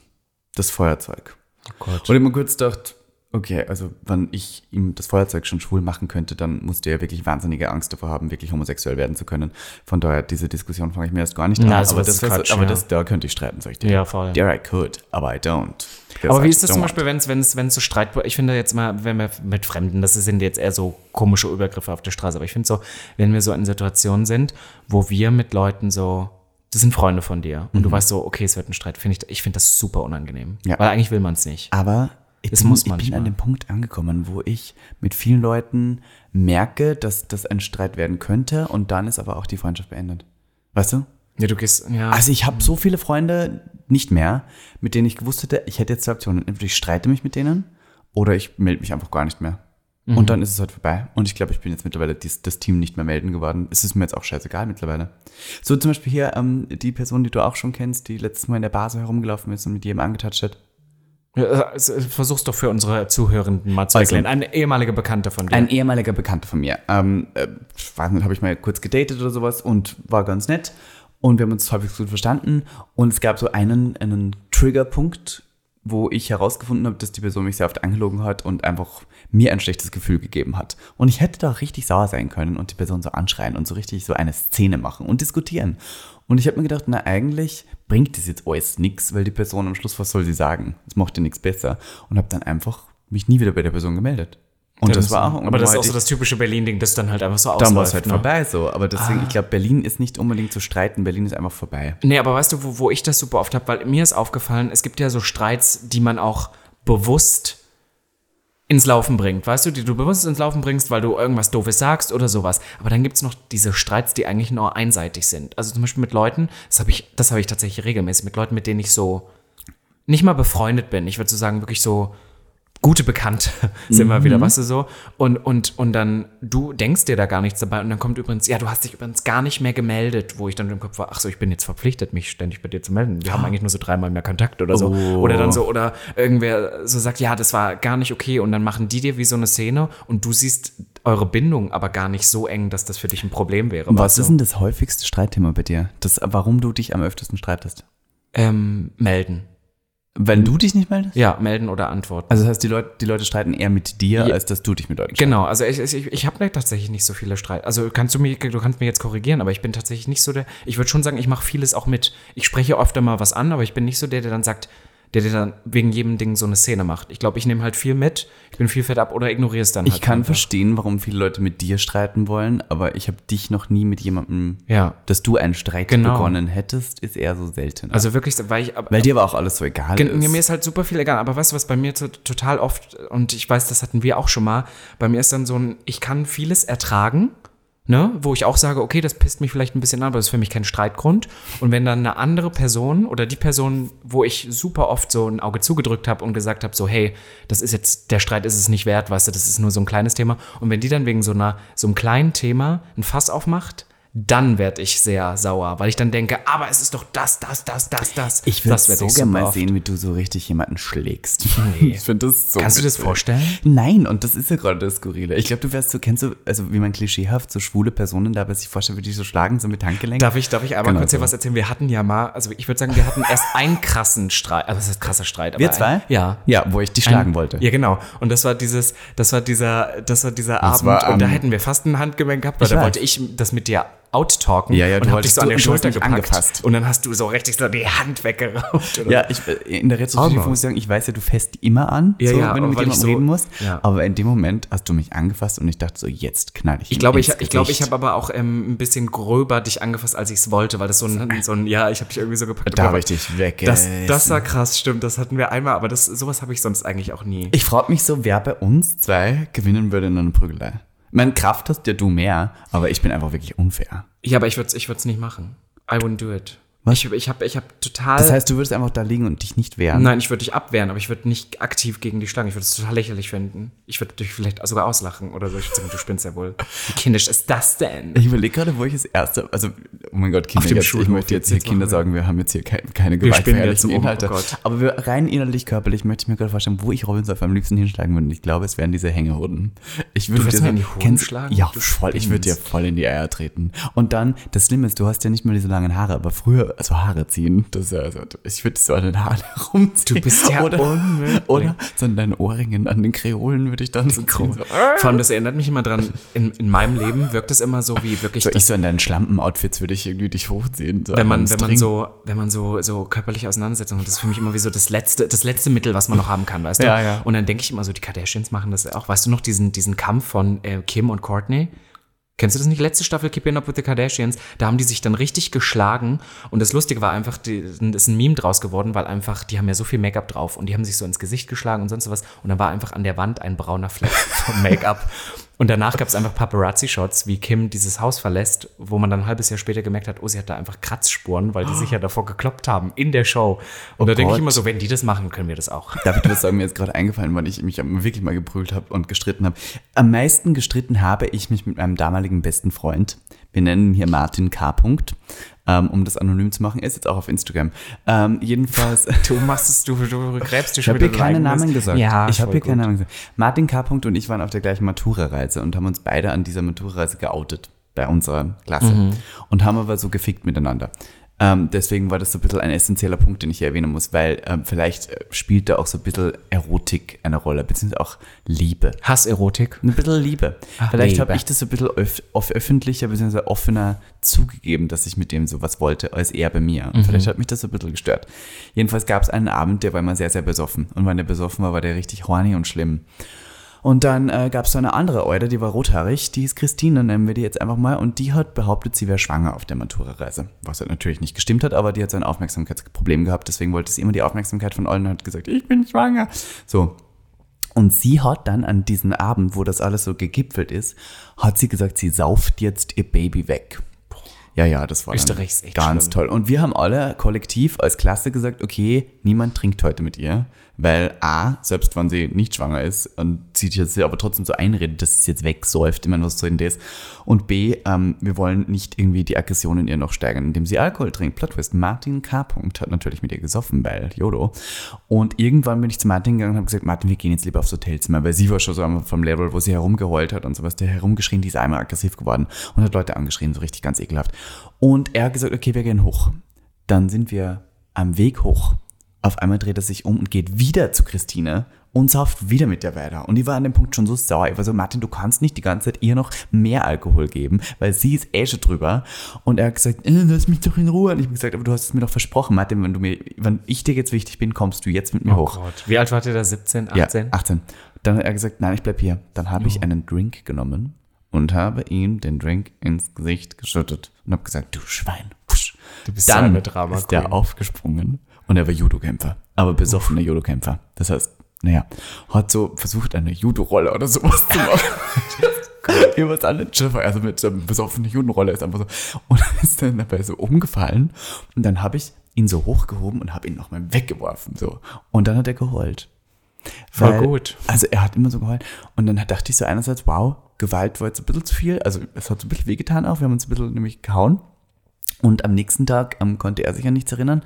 [SPEAKER 2] Das Feuerzeug.
[SPEAKER 1] Oh Gott.
[SPEAKER 2] Und ich mir kurz dachte, okay, also wenn ich ihm das Feuerzeug schon schwul machen könnte, dann muss der ja wirklich wahnsinnige Angst davor haben, wirklich homosexuell werden zu können. Von daher, diese Diskussion fange ich mir erst gar nicht an.
[SPEAKER 1] Na, sowas
[SPEAKER 2] aber das,
[SPEAKER 1] ist
[SPEAKER 2] wär so-
[SPEAKER 1] Quatsch,
[SPEAKER 2] aber
[SPEAKER 1] ja.
[SPEAKER 2] das, da könnte ich streiten, sag ich dir.
[SPEAKER 1] Ja, voll.
[SPEAKER 2] There I could, aber I don't. Because
[SPEAKER 1] Aber wie
[SPEAKER 2] I
[SPEAKER 1] ist das zum
[SPEAKER 2] don't.
[SPEAKER 1] Beispiel, wenn es wenn es wenn es so Streit, ich finde jetzt mal, wenn wir mit Fremden, das sind jetzt eher so komische Übergriffe auf der Straße, aber ich finde so, wenn wir so in Situationen sind, wo wir mit Leuten so, das sind Freunde von dir und du weißt so, okay, es wird ein Streit, finde ich, ich finde das super unangenehm,
[SPEAKER 2] Mhm. Ja.
[SPEAKER 1] weil eigentlich will man es nicht.
[SPEAKER 2] Aber ich,
[SPEAKER 1] Es
[SPEAKER 2] bin,
[SPEAKER 1] muss
[SPEAKER 2] ich bin
[SPEAKER 1] manchmal.
[SPEAKER 2] an dem Punkt angekommen, wo ich mit vielen Leuten merke, dass das ein Streit werden könnte und dann ist aber auch die Freundschaft beendet. Weißt du?
[SPEAKER 1] Ja, du gehst, ja,
[SPEAKER 2] Also ich habe so viele Freunde nicht mehr, mit denen ich gewusst hätte, ich hätte jetzt zwei Optionen. Entweder ich streite mich mit denen oder ich melde mich einfach gar nicht mehr.
[SPEAKER 1] Mhm.
[SPEAKER 2] Und dann ist es halt vorbei. Und ich glaube, ich bin jetzt mittlerweile dies, das Team nicht mehr melden geworden. Es ist mir jetzt auch scheißegal mittlerweile. So zum Beispiel hier ähm, die Person, die du auch schon kennst, die letztes Mal in der Bar so herumgelaufen ist und mit jedem angetatscht hat.
[SPEAKER 1] Ja, also, versuch's doch für unsere Zuhörenden mal zu
[SPEAKER 2] Also-
[SPEAKER 1] erklären. Eine ehemalige Bekannte von dir.
[SPEAKER 2] Ein ehemaliger Bekannter von mir. Ähm, äh, ich weiß nicht, habe ich mal kurz gedatet oder sowas und war ganz nett. Und wir haben uns häufig gut verstanden. Und es gab so einen, einen Triggerpunkt, wo ich herausgefunden habe, dass die Person mich sehr oft angelogen hat und einfach mir ein schlechtes Gefühl gegeben hat. Und ich hätte da richtig sauer sein können und die Person so anschreien und so richtig so eine Szene machen und diskutieren. Und ich habe mir gedacht, na eigentlich bringt das jetzt alles nichts, weil die Person am Schluss, was soll sie sagen? Es mochte nichts besser. Und habe dann einfach mich nie wieder bei der Person gemeldet. Und das war auch. und
[SPEAKER 1] aber das ist
[SPEAKER 2] war
[SPEAKER 1] auch so
[SPEAKER 2] halt
[SPEAKER 1] das typische Berlin-Ding, das dann halt einfach so
[SPEAKER 2] dann
[SPEAKER 1] ausläuft.
[SPEAKER 2] war Ah. es halt
[SPEAKER 1] ne?
[SPEAKER 2] vorbei so. Aber deswegen, ich glaube, Berlin ist nicht unbedingt zu streiten. Berlin ist einfach vorbei.
[SPEAKER 1] Nee, aber weißt du, wo, wo ich das super oft habe, weil mir ist aufgefallen, es gibt ja so Streits, die man auch bewusst ins Laufen bringt, weißt du, die du bewusst ins Laufen bringst, weil du irgendwas Doofes sagst oder sowas. Aber dann gibt's noch diese Streits, die eigentlich nur einseitig sind. Also zum Beispiel mit Leuten, das habe ich, das habe ich tatsächlich regelmäßig, mit Leuten, mit denen ich so nicht mal befreundet bin. Ich würde so sagen, wirklich so gute Bekannte sind wir wieder, weißt du so. Und, und, und dann, du denkst dir da gar nichts dabei und dann kommt übrigens, ja, du hast dich übrigens gar nicht mehr gemeldet, wo ich dann im Kopf war, ach so, ich bin jetzt verpflichtet, mich ständig bei dir zu melden. Wir haben eigentlich nur so dreimal mehr Kontakt oder so.
[SPEAKER 2] Oh.
[SPEAKER 1] Oder dann so, oder irgendwer so sagt, ja, das war gar nicht okay und dann machen die dir wie so eine Szene und du siehst eure Bindung aber gar nicht so eng, dass das für dich ein Problem wäre.
[SPEAKER 2] Was
[SPEAKER 1] weißt
[SPEAKER 2] ist
[SPEAKER 1] du?
[SPEAKER 2] denn das häufigste Streitthema bei dir? Das, warum du dich am öftesten streitest?
[SPEAKER 1] Ähm, melden.
[SPEAKER 2] Wenn du dich nicht meldest?
[SPEAKER 1] Ja, melden oder antworten.
[SPEAKER 2] Also das heißt, die Leute, die Leute streiten eher mit dir,
[SPEAKER 1] Ja.
[SPEAKER 2] als dass du dich mit Leuten
[SPEAKER 1] Genau, also ich, ich, ich habe tatsächlich nicht so viele Streit. Also kannst du mir, du kannst mir jetzt korrigieren, aber ich bin tatsächlich nicht so der. Ich würde schon sagen, ich mache vieles auch mit. Ich spreche öfter mal was an, aber ich bin nicht so der, der dann sagt, der dir dann wegen jedem Ding so eine Szene macht. Ich glaube, ich nehme halt viel mit, ich bin viel fett ab oder ignoriere es dann halt.
[SPEAKER 2] Ich kann
[SPEAKER 1] einfach.
[SPEAKER 2] verstehen, warum viele Leute mit dir streiten wollen, aber ich habe dich noch nie mit jemandem,
[SPEAKER 1] Ja.
[SPEAKER 2] dass du einen Streit
[SPEAKER 1] Genau.
[SPEAKER 2] begonnen hättest, ist eher so selten.
[SPEAKER 1] Also wirklich, so, weil ich ab-
[SPEAKER 2] Weil dir aber auch alles so egal
[SPEAKER 1] Gen-
[SPEAKER 2] ist.
[SPEAKER 1] Mir ist halt super viel egal, aber weißt du, was bei mir to- total oft, und ich weiß, das hatten wir auch schon mal, bei mir ist dann so ein, ich kann vieles ertragen, ne, wo ich auch sage, okay, das pisst mich vielleicht ein bisschen an, aber das ist für mich kein Streitgrund. Und wenn dann eine andere Person oder die Person, wo ich super oft so ein Auge zugedrückt habe und gesagt habe, so, hey, das ist jetzt, der Streit ist es nicht wert, weißt du, das ist nur so ein kleines Thema. Und wenn die dann wegen so einer, so einem kleinen Thema ein Fass aufmacht, dann werde ich sehr sauer, weil ich dann denke, aber es ist doch das, das, das, das, das.
[SPEAKER 2] ich würde
[SPEAKER 1] Das werd
[SPEAKER 2] so
[SPEAKER 1] super
[SPEAKER 2] gerne mal
[SPEAKER 1] oft.
[SPEAKER 2] sehen, wie du so richtig jemanden schlägst. Ich finde das so.
[SPEAKER 1] Kannst du dir das
[SPEAKER 2] witzig.
[SPEAKER 1] vorstellen?
[SPEAKER 2] Nein, und das ist ja gerade das Skurrile. Ich glaube, du wärst so, kennst du, also wie man klischeehaft so schwule Personen da, sich vorstellt, wie die so schlagen, so mit Handgelenk.
[SPEAKER 1] Darf ich, darf ich einmal
[SPEAKER 2] Genau
[SPEAKER 1] kurz hier
[SPEAKER 2] so.
[SPEAKER 1] was erzählen? Wir hatten ja mal, also ich würde sagen, wir hatten erst einen krassen Streit. Also das ist krasser Streit. Aber
[SPEAKER 2] Wir zwei?
[SPEAKER 1] Ein, ja.
[SPEAKER 2] Ja, wo ich dich schlagen
[SPEAKER 1] Ein-
[SPEAKER 2] wollte.
[SPEAKER 1] Ja, genau. Und das war dieses, das war dieser, das war dieser Abend.
[SPEAKER 2] war am-
[SPEAKER 1] und da hätten wir fast ein Handgemenge gehabt, weil
[SPEAKER 2] Ich
[SPEAKER 1] da
[SPEAKER 2] weiß.
[SPEAKER 1] wollte ich das mit dir outtalken.
[SPEAKER 2] Ja, ja, du
[SPEAKER 1] und hab dich
[SPEAKER 2] wolltest-
[SPEAKER 1] so an der
[SPEAKER 2] du- du hast
[SPEAKER 1] Schulter
[SPEAKER 2] mich
[SPEAKER 1] gepackt.
[SPEAKER 2] angefasst.
[SPEAKER 1] Und dann hast du so richtig so die Hand weggeraubt. Oder
[SPEAKER 2] Ja, ich, äh, in der Retrospektive
[SPEAKER 1] Aber-
[SPEAKER 2] muss ich sagen, ich weiß ja, du fässt immer an,
[SPEAKER 1] Ja,
[SPEAKER 2] so,
[SPEAKER 1] ja,
[SPEAKER 2] wenn du mit
[SPEAKER 1] weil ich
[SPEAKER 2] jemandem
[SPEAKER 1] so-
[SPEAKER 2] reden musst.
[SPEAKER 1] ja.
[SPEAKER 2] Aber in dem Moment hast du mich angefasst und ich dachte so, jetzt knall ich
[SPEAKER 1] Ich
[SPEAKER 2] ihm
[SPEAKER 1] glaube,
[SPEAKER 2] ins
[SPEAKER 1] ich, ich, glaube, ich
[SPEAKER 2] Gesicht.
[SPEAKER 1] habe aber auch ähm, ein bisschen gröber dich angefasst, als ich es wollte, weil das so ein, so ein ja, ich habe dich irgendwie so gepackt.
[SPEAKER 2] Da habe ich dich
[SPEAKER 1] Das,
[SPEAKER 2] weggerissen.
[SPEAKER 1] das war krass, stimmt. Das hatten wir einmal, aber das, sowas habe ich sonst eigentlich auch nie.
[SPEAKER 2] ich frage mich so, wer bei uns zwei gewinnen würde in einer Prügelei. Mein Kraft hast ja du mehr, aber ich bin einfach wirklich unfair.
[SPEAKER 1] Ja, aber ich würde es ich würd's nicht machen. I wouldn't do it. Ich, ich habe ich hab total.
[SPEAKER 2] Das heißt, du würdest einfach da liegen und dich nicht wehren.
[SPEAKER 1] nein, ich würde dich abwehren, aber ich würde nicht aktiv gegen dich schlagen. Ich würde es total lächerlich finden. Ich würde dich vielleicht sogar auslachen oder so. Ich würde sagen, du spinnst ja wohl. Wie kindisch ist das denn?
[SPEAKER 2] Ich überlege gerade, wo ich das erste, also, oh mein Gott, Kinder,
[SPEAKER 1] dem
[SPEAKER 2] jetzt, ich
[SPEAKER 1] Schulhof,
[SPEAKER 2] möchte jetzt hier
[SPEAKER 1] jetzt machen
[SPEAKER 2] Kinder
[SPEAKER 1] wir-
[SPEAKER 2] sagen, wir haben jetzt hier keine, keine
[SPEAKER 1] Wir spinnen jetzt
[SPEAKER 2] gewaltverherrlichen
[SPEAKER 1] um, oh
[SPEAKER 2] Inhalte.
[SPEAKER 1] Gott.
[SPEAKER 2] Aber wir, rein innerlich, körperlich möchte ich mir gerade vorstellen, wo ich Robinson am liebsten hinschlagen würde. Und ich glaube, es wären diese Hängehoden. Ich würde
[SPEAKER 1] würdest
[SPEAKER 2] dir
[SPEAKER 1] mir
[SPEAKER 2] so-
[SPEAKER 1] in die Hoden
[SPEAKER 2] kennst-
[SPEAKER 1] schlagen?
[SPEAKER 2] Ja,
[SPEAKER 1] Du
[SPEAKER 2] voll, ich würde dir voll in die Eier treten. Und dann, das Schlimme ist, du hast ja nicht mehr diese langen Haare, aber früher, also Haare ziehen, das ist ja, also, ich würde so an den Haaren herumziehen.
[SPEAKER 1] Du bist ja
[SPEAKER 2] oder,
[SPEAKER 1] unmöglich.
[SPEAKER 2] oder so an deinen Ohrringen, an den Kreolen würde ich dann so ziehen. So.
[SPEAKER 1] Vor allem, das erinnert mich immer dran, in, in meinem Leben wirkt es immer so wie wirklich
[SPEAKER 2] So, ich so in deinen Schlampen-Outfits würde ich irgendwie dich hochziehen. So
[SPEAKER 1] wenn
[SPEAKER 2] an
[SPEAKER 1] man,
[SPEAKER 2] einem
[SPEAKER 1] wenn man
[SPEAKER 2] String.
[SPEAKER 1] so, wenn man so, so körperliche Auseinandersetzungen hat, das ist für mich immer wie so das letzte, das letzte Mittel, was man noch haben kann, weißt du?
[SPEAKER 2] Ja, ja.
[SPEAKER 1] Und dann denke ich immer so, die Kardashians machen das auch. Weißt du noch diesen, diesen Kampf von äh, Kim und Courtney? Kennst du das nicht? Letzte Staffel Keeping Up with the Kardashians, da haben die sich dann richtig geschlagen und das Lustige war einfach, die, das ist ein Meme draus geworden, weil einfach, die haben ja so viel Make-up drauf und die haben sich so ins Gesicht geschlagen und sonst was und dann war einfach an der Wand ein brauner Fleck vom Make-up und danach gab es einfach Paparazzi-Shots, wie Kim dieses Haus verlässt, wo man dann ein halbes Jahr später gemerkt hat, oh, sie hat da einfach Kratzspuren, weil die sich ja davor gekloppt haben in der Show. Und da denke ich
[SPEAKER 2] Gott.
[SPEAKER 1] immer so, wenn die das machen, können wir das auch.
[SPEAKER 2] David, was soll mir jetzt gerade eingefallen, weil ich mich wirklich mal geprügelt habe und gestritten habe. Am meisten gestritten habe ich mich mit meinem damaligen besten Freund. Wir nennen ihn hier Martin K. Punkt, ähm, um das anonym zu machen. Er ist jetzt auch auf Instagram. Ähm, jedenfalls.
[SPEAKER 1] Du machst es, du, du gräbst dir
[SPEAKER 2] Ich
[SPEAKER 1] schon
[SPEAKER 2] habe hier
[SPEAKER 1] dein
[SPEAKER 2] keine
[SPEAKER 1] eigenes-
[SPEAKER 2] Namen gesagt.
[SPEAKER 1] Ja,
[SPEAKER 2] ich
[SPEAKER 1] voll
[SPEAKER 2] habe hier
[SPEAKER 1] gut.
[SPEAKER 2] keine Namen gesagt. Martin K. Punkt und ich waren auf der gleichen Matura-Reise und haben uns beide an dieser Matura-Reise geoutet bei unserer Klasse
[SPEAKER 1] Mhm.
[SPEAKER 2] und haben aber so gefickt miteinander. Ähm, deswegen war das so ein bisschen ein essentieller Punkt, den ich hier erwähnen muss, weil ähm, vielleicht äh, spielt da auch so ein bisschen Erotik eine Rolle, beziehungsweise auch Liebe.
[SPEAKER 1] Hasserotik.
[SPEAKER 2] Ein bisschen Liebe.
[SPEAKER 1] Ach,
[SPEAKER 2] Vielleicht habe
[SPEAKER 1] Liebe.
[SPEAKER 2] ich das so ein bisschen öf auf öffentlicher bzw. offener zugegeben, dass ich mit dem sowas wollte, als er bei mir.
[SPEAKER 1] Mhm.
[SPEAKER 2] Vielleicht hat mich das so ein bisschen gestört. Jedenfalls gab es einen Abend, der war immer sehr, sehr besoffen. Und wenn der besoffen war, war der richtig horny und schlimm. Und dann äh, gab es so eine andere Eude, die war rothaarig, die hieß Christine, nennen wir die jetzt einfach mal. Und die hat behauptet, sie wäre schwanger auf der Matura-Reise. Was halt natürlich nicht gestimmt hat, aber die hat so ein Aufmerksamkeitsproblem gehabt. Deswegen wollte sie immer die Aufmerksamkeit von allen und hat gesagt, ich bin schwanger. So, und sie hat dann an diesem Abend, wo das alles so gegipfelt ist, hat sie gesagt, sie sauft jetzt ihr Baby weg. Ja, ja, das war
[SPEAKER 1] Österreich ist
[SPEAKER 2] dann
[SPEAKER 1] echt
[SPEAKER 2] ganz
[SPEAKER 1] schlimm.
[SPEAKER 2] toll. Und wir haben alle kollektiv als Klasse gesagt, okay, niemand trinkt heute mit ihr, weil A, selbst wenn sie nicht schwanger ist und sie jetzt aber trotzdem so einredet, dass es jetzt wegsäuft, immer was drin ist. Und B, ähm, wir wollen nicht irgendwie die Aggression in ihr noch steigern, indem sie Alkohol trinkt. Plot Twist, Martin K. Punkt hat natürlich mit ihr gesoffen, weil YOLO. Und irgendwann bin ich zu Martin gegangen und habe gesagt, Martin, wir gehen jetzt lieber aufs Hotelzimmer, weil sie war schon so am- vom Level, wo sie herumgeheult hat und sowas, der herumgeschrien, die ist einmal aggressiv geworden und hat Leute angeschrien, so richtig ganz ekelhaft. Und er hat gesagt, okay, wir gehen hoch. Dann sind wir am Weg hoch. Auf einmal dreht er sich um und geht wieder zu Christine und sauft wieder mit der weiter. Und ich war an dem Punkt schon so sauer. Ich war so, Martin, du kannst nicht die ganze Zeit ihr noch mehr Alkohol geben, weil sie ist eh schon drüber. Und er hat gesagt, äh, lass mich doch in Ruhe. Und ich habe gesagt, aber du hast es mir doch versprochen, Martin, wenn du mir, wenn ich dir jetzt wichtig bin, kommst du jetzt mit mir hoch.
[SPEAKER 1] Gott. Wie alt war der da? 17, 18?
[SPEAKER 2] Ja, 18. Dann hat er gesagt, nein, ich bleib hier. Dann habe
[SPEAKER 1] Oh.
[SPEAKER 2] ich einen Drink genommen und habe ihm den Drink ins Gesicht geschüttet und habe gesagt, du Schwein. Husch.
[SPEAKER 1] Du bist so
[SPEAKER 2] Dann
[SPEAKER 1] eine Drama
[SPEAKER 2] ist er
[SPEAKER 1] Queen.
[SPEAKER 2] aufgesprungen und er war Judo-Kämpfer, aber besoffener Judo-Kämpfer. Das heißt, naja, hat so versucht, eine Judo-Rolle oder sowas zu machen. Ihr was alle Schiffer, also mit so einer besoffenen Judenrolle ist einfach so. Und ist dann dabei so umgefallen. Und dann habe ich ihn so hochgehoben und habe ihn nochmal weggeworfen. So. Und dann hat er geheult.
[SPEAKER 1] Voll gut.
[SPEAKER 2] Also er hat immer so geheult. Und dann hat- dachte ich so einerseits, wow, Gewalt war jetzt ein bisschen zu viel. Also es hat so ein bisschen wehgetan auch. Wir haben uns ein bisschen nämlich gehauen. Und am nächsten Tag ähm, konnte er sich an nichts erinnern.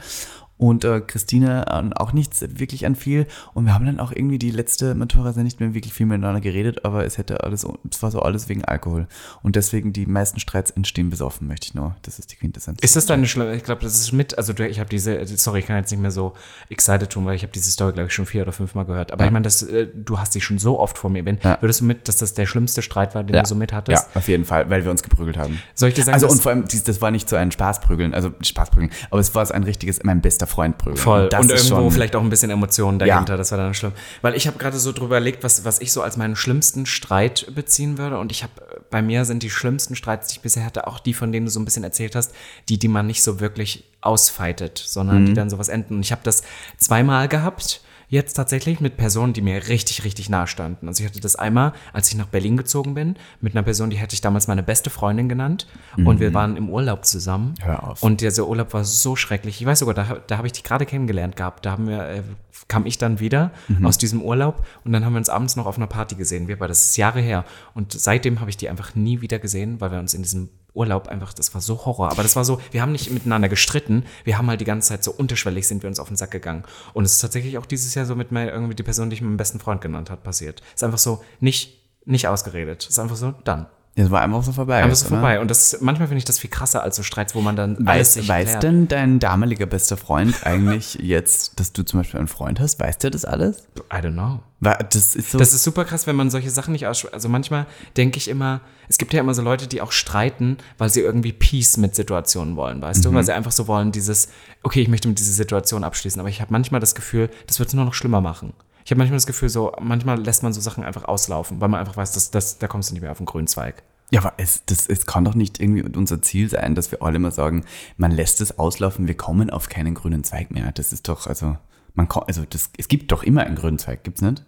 [SPEAKER 2] Und äh, Christine an auch nichts, wirklich an viel. Und wir haben dann auch irgendwie die letzte Matura-Reise nicht mehr wirklich viel miteinander geredet, aber es hätte alles, es war so alles wegen Alkohol. Und deswegen die meisten Streits entstehen besoffen, möchte ich nur. Das ist die Quintessenz.
[SPEAKER 1] Ist das deine Schlimme? Ich glaube, das ist mit, also du, ich habe diese, sorry, ich kann jetzt nicht mehr so excited tun, weil ich habe diese Story, glaube ich, schon vier oder fünfmal gehört. Aber ich meine, das, äh, du hast dich schon so oft vor mir. Wenn,
[SPEAKER 2] Ja.
[SPEAKER 1] Würdest du mit, dass das der schlimmste Streit war, den du so mit hattest?
[SPEAKER 2] Ja, auf jeden Fall, weil wir uns geprügelt haben.
[SPEAKER 1] Soll ich dir sagen,
[SPEAKER 2] Also
[SPEAKER 1] dass-
[SPEAKER 2] und vor allem, dies- das war nicht so ein Spaßprügeln, also Spaßprügeln, aber es war so ein richtiges, mein bester Freund prügeln.
[SPEAKER 1] Voll.
[SPEAKER 2] das
[SPEAKER 1] und
[SPEAKER 2] ist
[SPEAKER 1] irgendwo
[SPEAKER 2] schon-
[SPEAKER 1] vielleicht auch ein bisschen Emotionen dahinter.
[SPEAKER 2] Ja.
[SPEAKER 1] Das war dann schlimm. Weil ich habe gerade so drüber überlegt, was, was ich so als meinen schlimmsten Streit beziehen würde. Und ich habe, bei mir sind die schlimmsten Streits, die ich bisher hatte, auch die, von denen du so ein bisschen erzählt hast, die, die man nicht so wirklich ausfeitet, sondern
[SPEAKER 2] Mhm.
[SPEAKER 1] die dann sowas enden. Und ich habe das zweimal gehabt. Jetzt tatsächlich mit Personen, die mir richtig, richtig nahe standen. Also ich hatte das einmal, als ich nach Berlin gezogen bin, mit einer Person, die hätte ich damals meine beste Freundin genannt. Und
[SPEAKER 2] Mhm.
[SPEAKER 1] wir waren im Urlaub zusammen.
[SPEAKER 2] Hör auf.
[SPEAKER 1] Und dieser Urlaub war so schrecklich. Ich weiß sogar, da, hab- da habe ich dich gerade kennengelernt gehabt. Da haben wir, äh, kam ich dann wieder
[SPEAKER 2] Mhm.
[SPEAKER 1] aus diesem Urlaub und dann haben wir uns abends noch auf einer Party gesehen. Wir, aber das ist Jahre her. Und seitdem habe ich die einfach nie wieder gesehen, weil wir uns in diesem Urlaub einfach, das war so Horror. Aber das war so, wir haben nicht miteinander gestritten. Wir haben halt die ganze Zeit so unterschwellig sind wir uns auf den Sack gegangen. Und es ist tatsächlich auch dieses Jahr so mit mir irgendwie die Person, die ich meinen besten Freund genannt hat, passiert. Ist einfach so nicht, nicht ausgeredet. Ist einfach so, dann.
[SPEAKER 2] Das war einfach so vorbei.
[SPEAKER 1] Einfach so
[SPEAKER 2] oder?
[SPEAKER 1] vorbei. Und das, manchmal finde ich das viel krasser als so Streits, wo man dann alles
[SPEAKER 2] Weiß,
[SPEAKER 1] sich
[SPEAKER 2] weiß
[SPEAKER 1] klärt.
[SPEAKER 2] denn dein damaliger bester Freund eigentlich jetzt, dass du zum Beispiel einen Freund hast? Weißt der das alles?
[SPEAKER 1] I don't know.
[SPEAKER 2] War- Das ist so.
[SPEAKER 1] Das ist super krass, wenn man solche Sachen nicht ausspricht. Also manchmal denke ich immer, es gibt ja immer so Leute, die auch streiten, weil sie irgendwie Peace mit Situationen wollen, weißt du? Weil sie einfach so wollen, dieses, okay, ich möchte mit dieser Situation abschließen. Aber ich habe manchmal das Gefühl, das wird es nur noch schlimmer machen. Ich habe manchmal das Gefühl, so, manchmal lässt man so Sachen einfach auslaufen, weil man einfach weiß, dass, dass, da kommst du nicht mehr auf den grünen Zweig.
[SPEAKER 2] ja, aber es, das, es kann doch nicht irgendwie unser Ziel sein, dass wir alle immer sagen, man lässt es auslaufen, wir kommen auf keinen grünen Zweig mehr. Das ist doch, also, man kann, also das, es gibt doch immer einen grünen Zweig, gibt's nicht?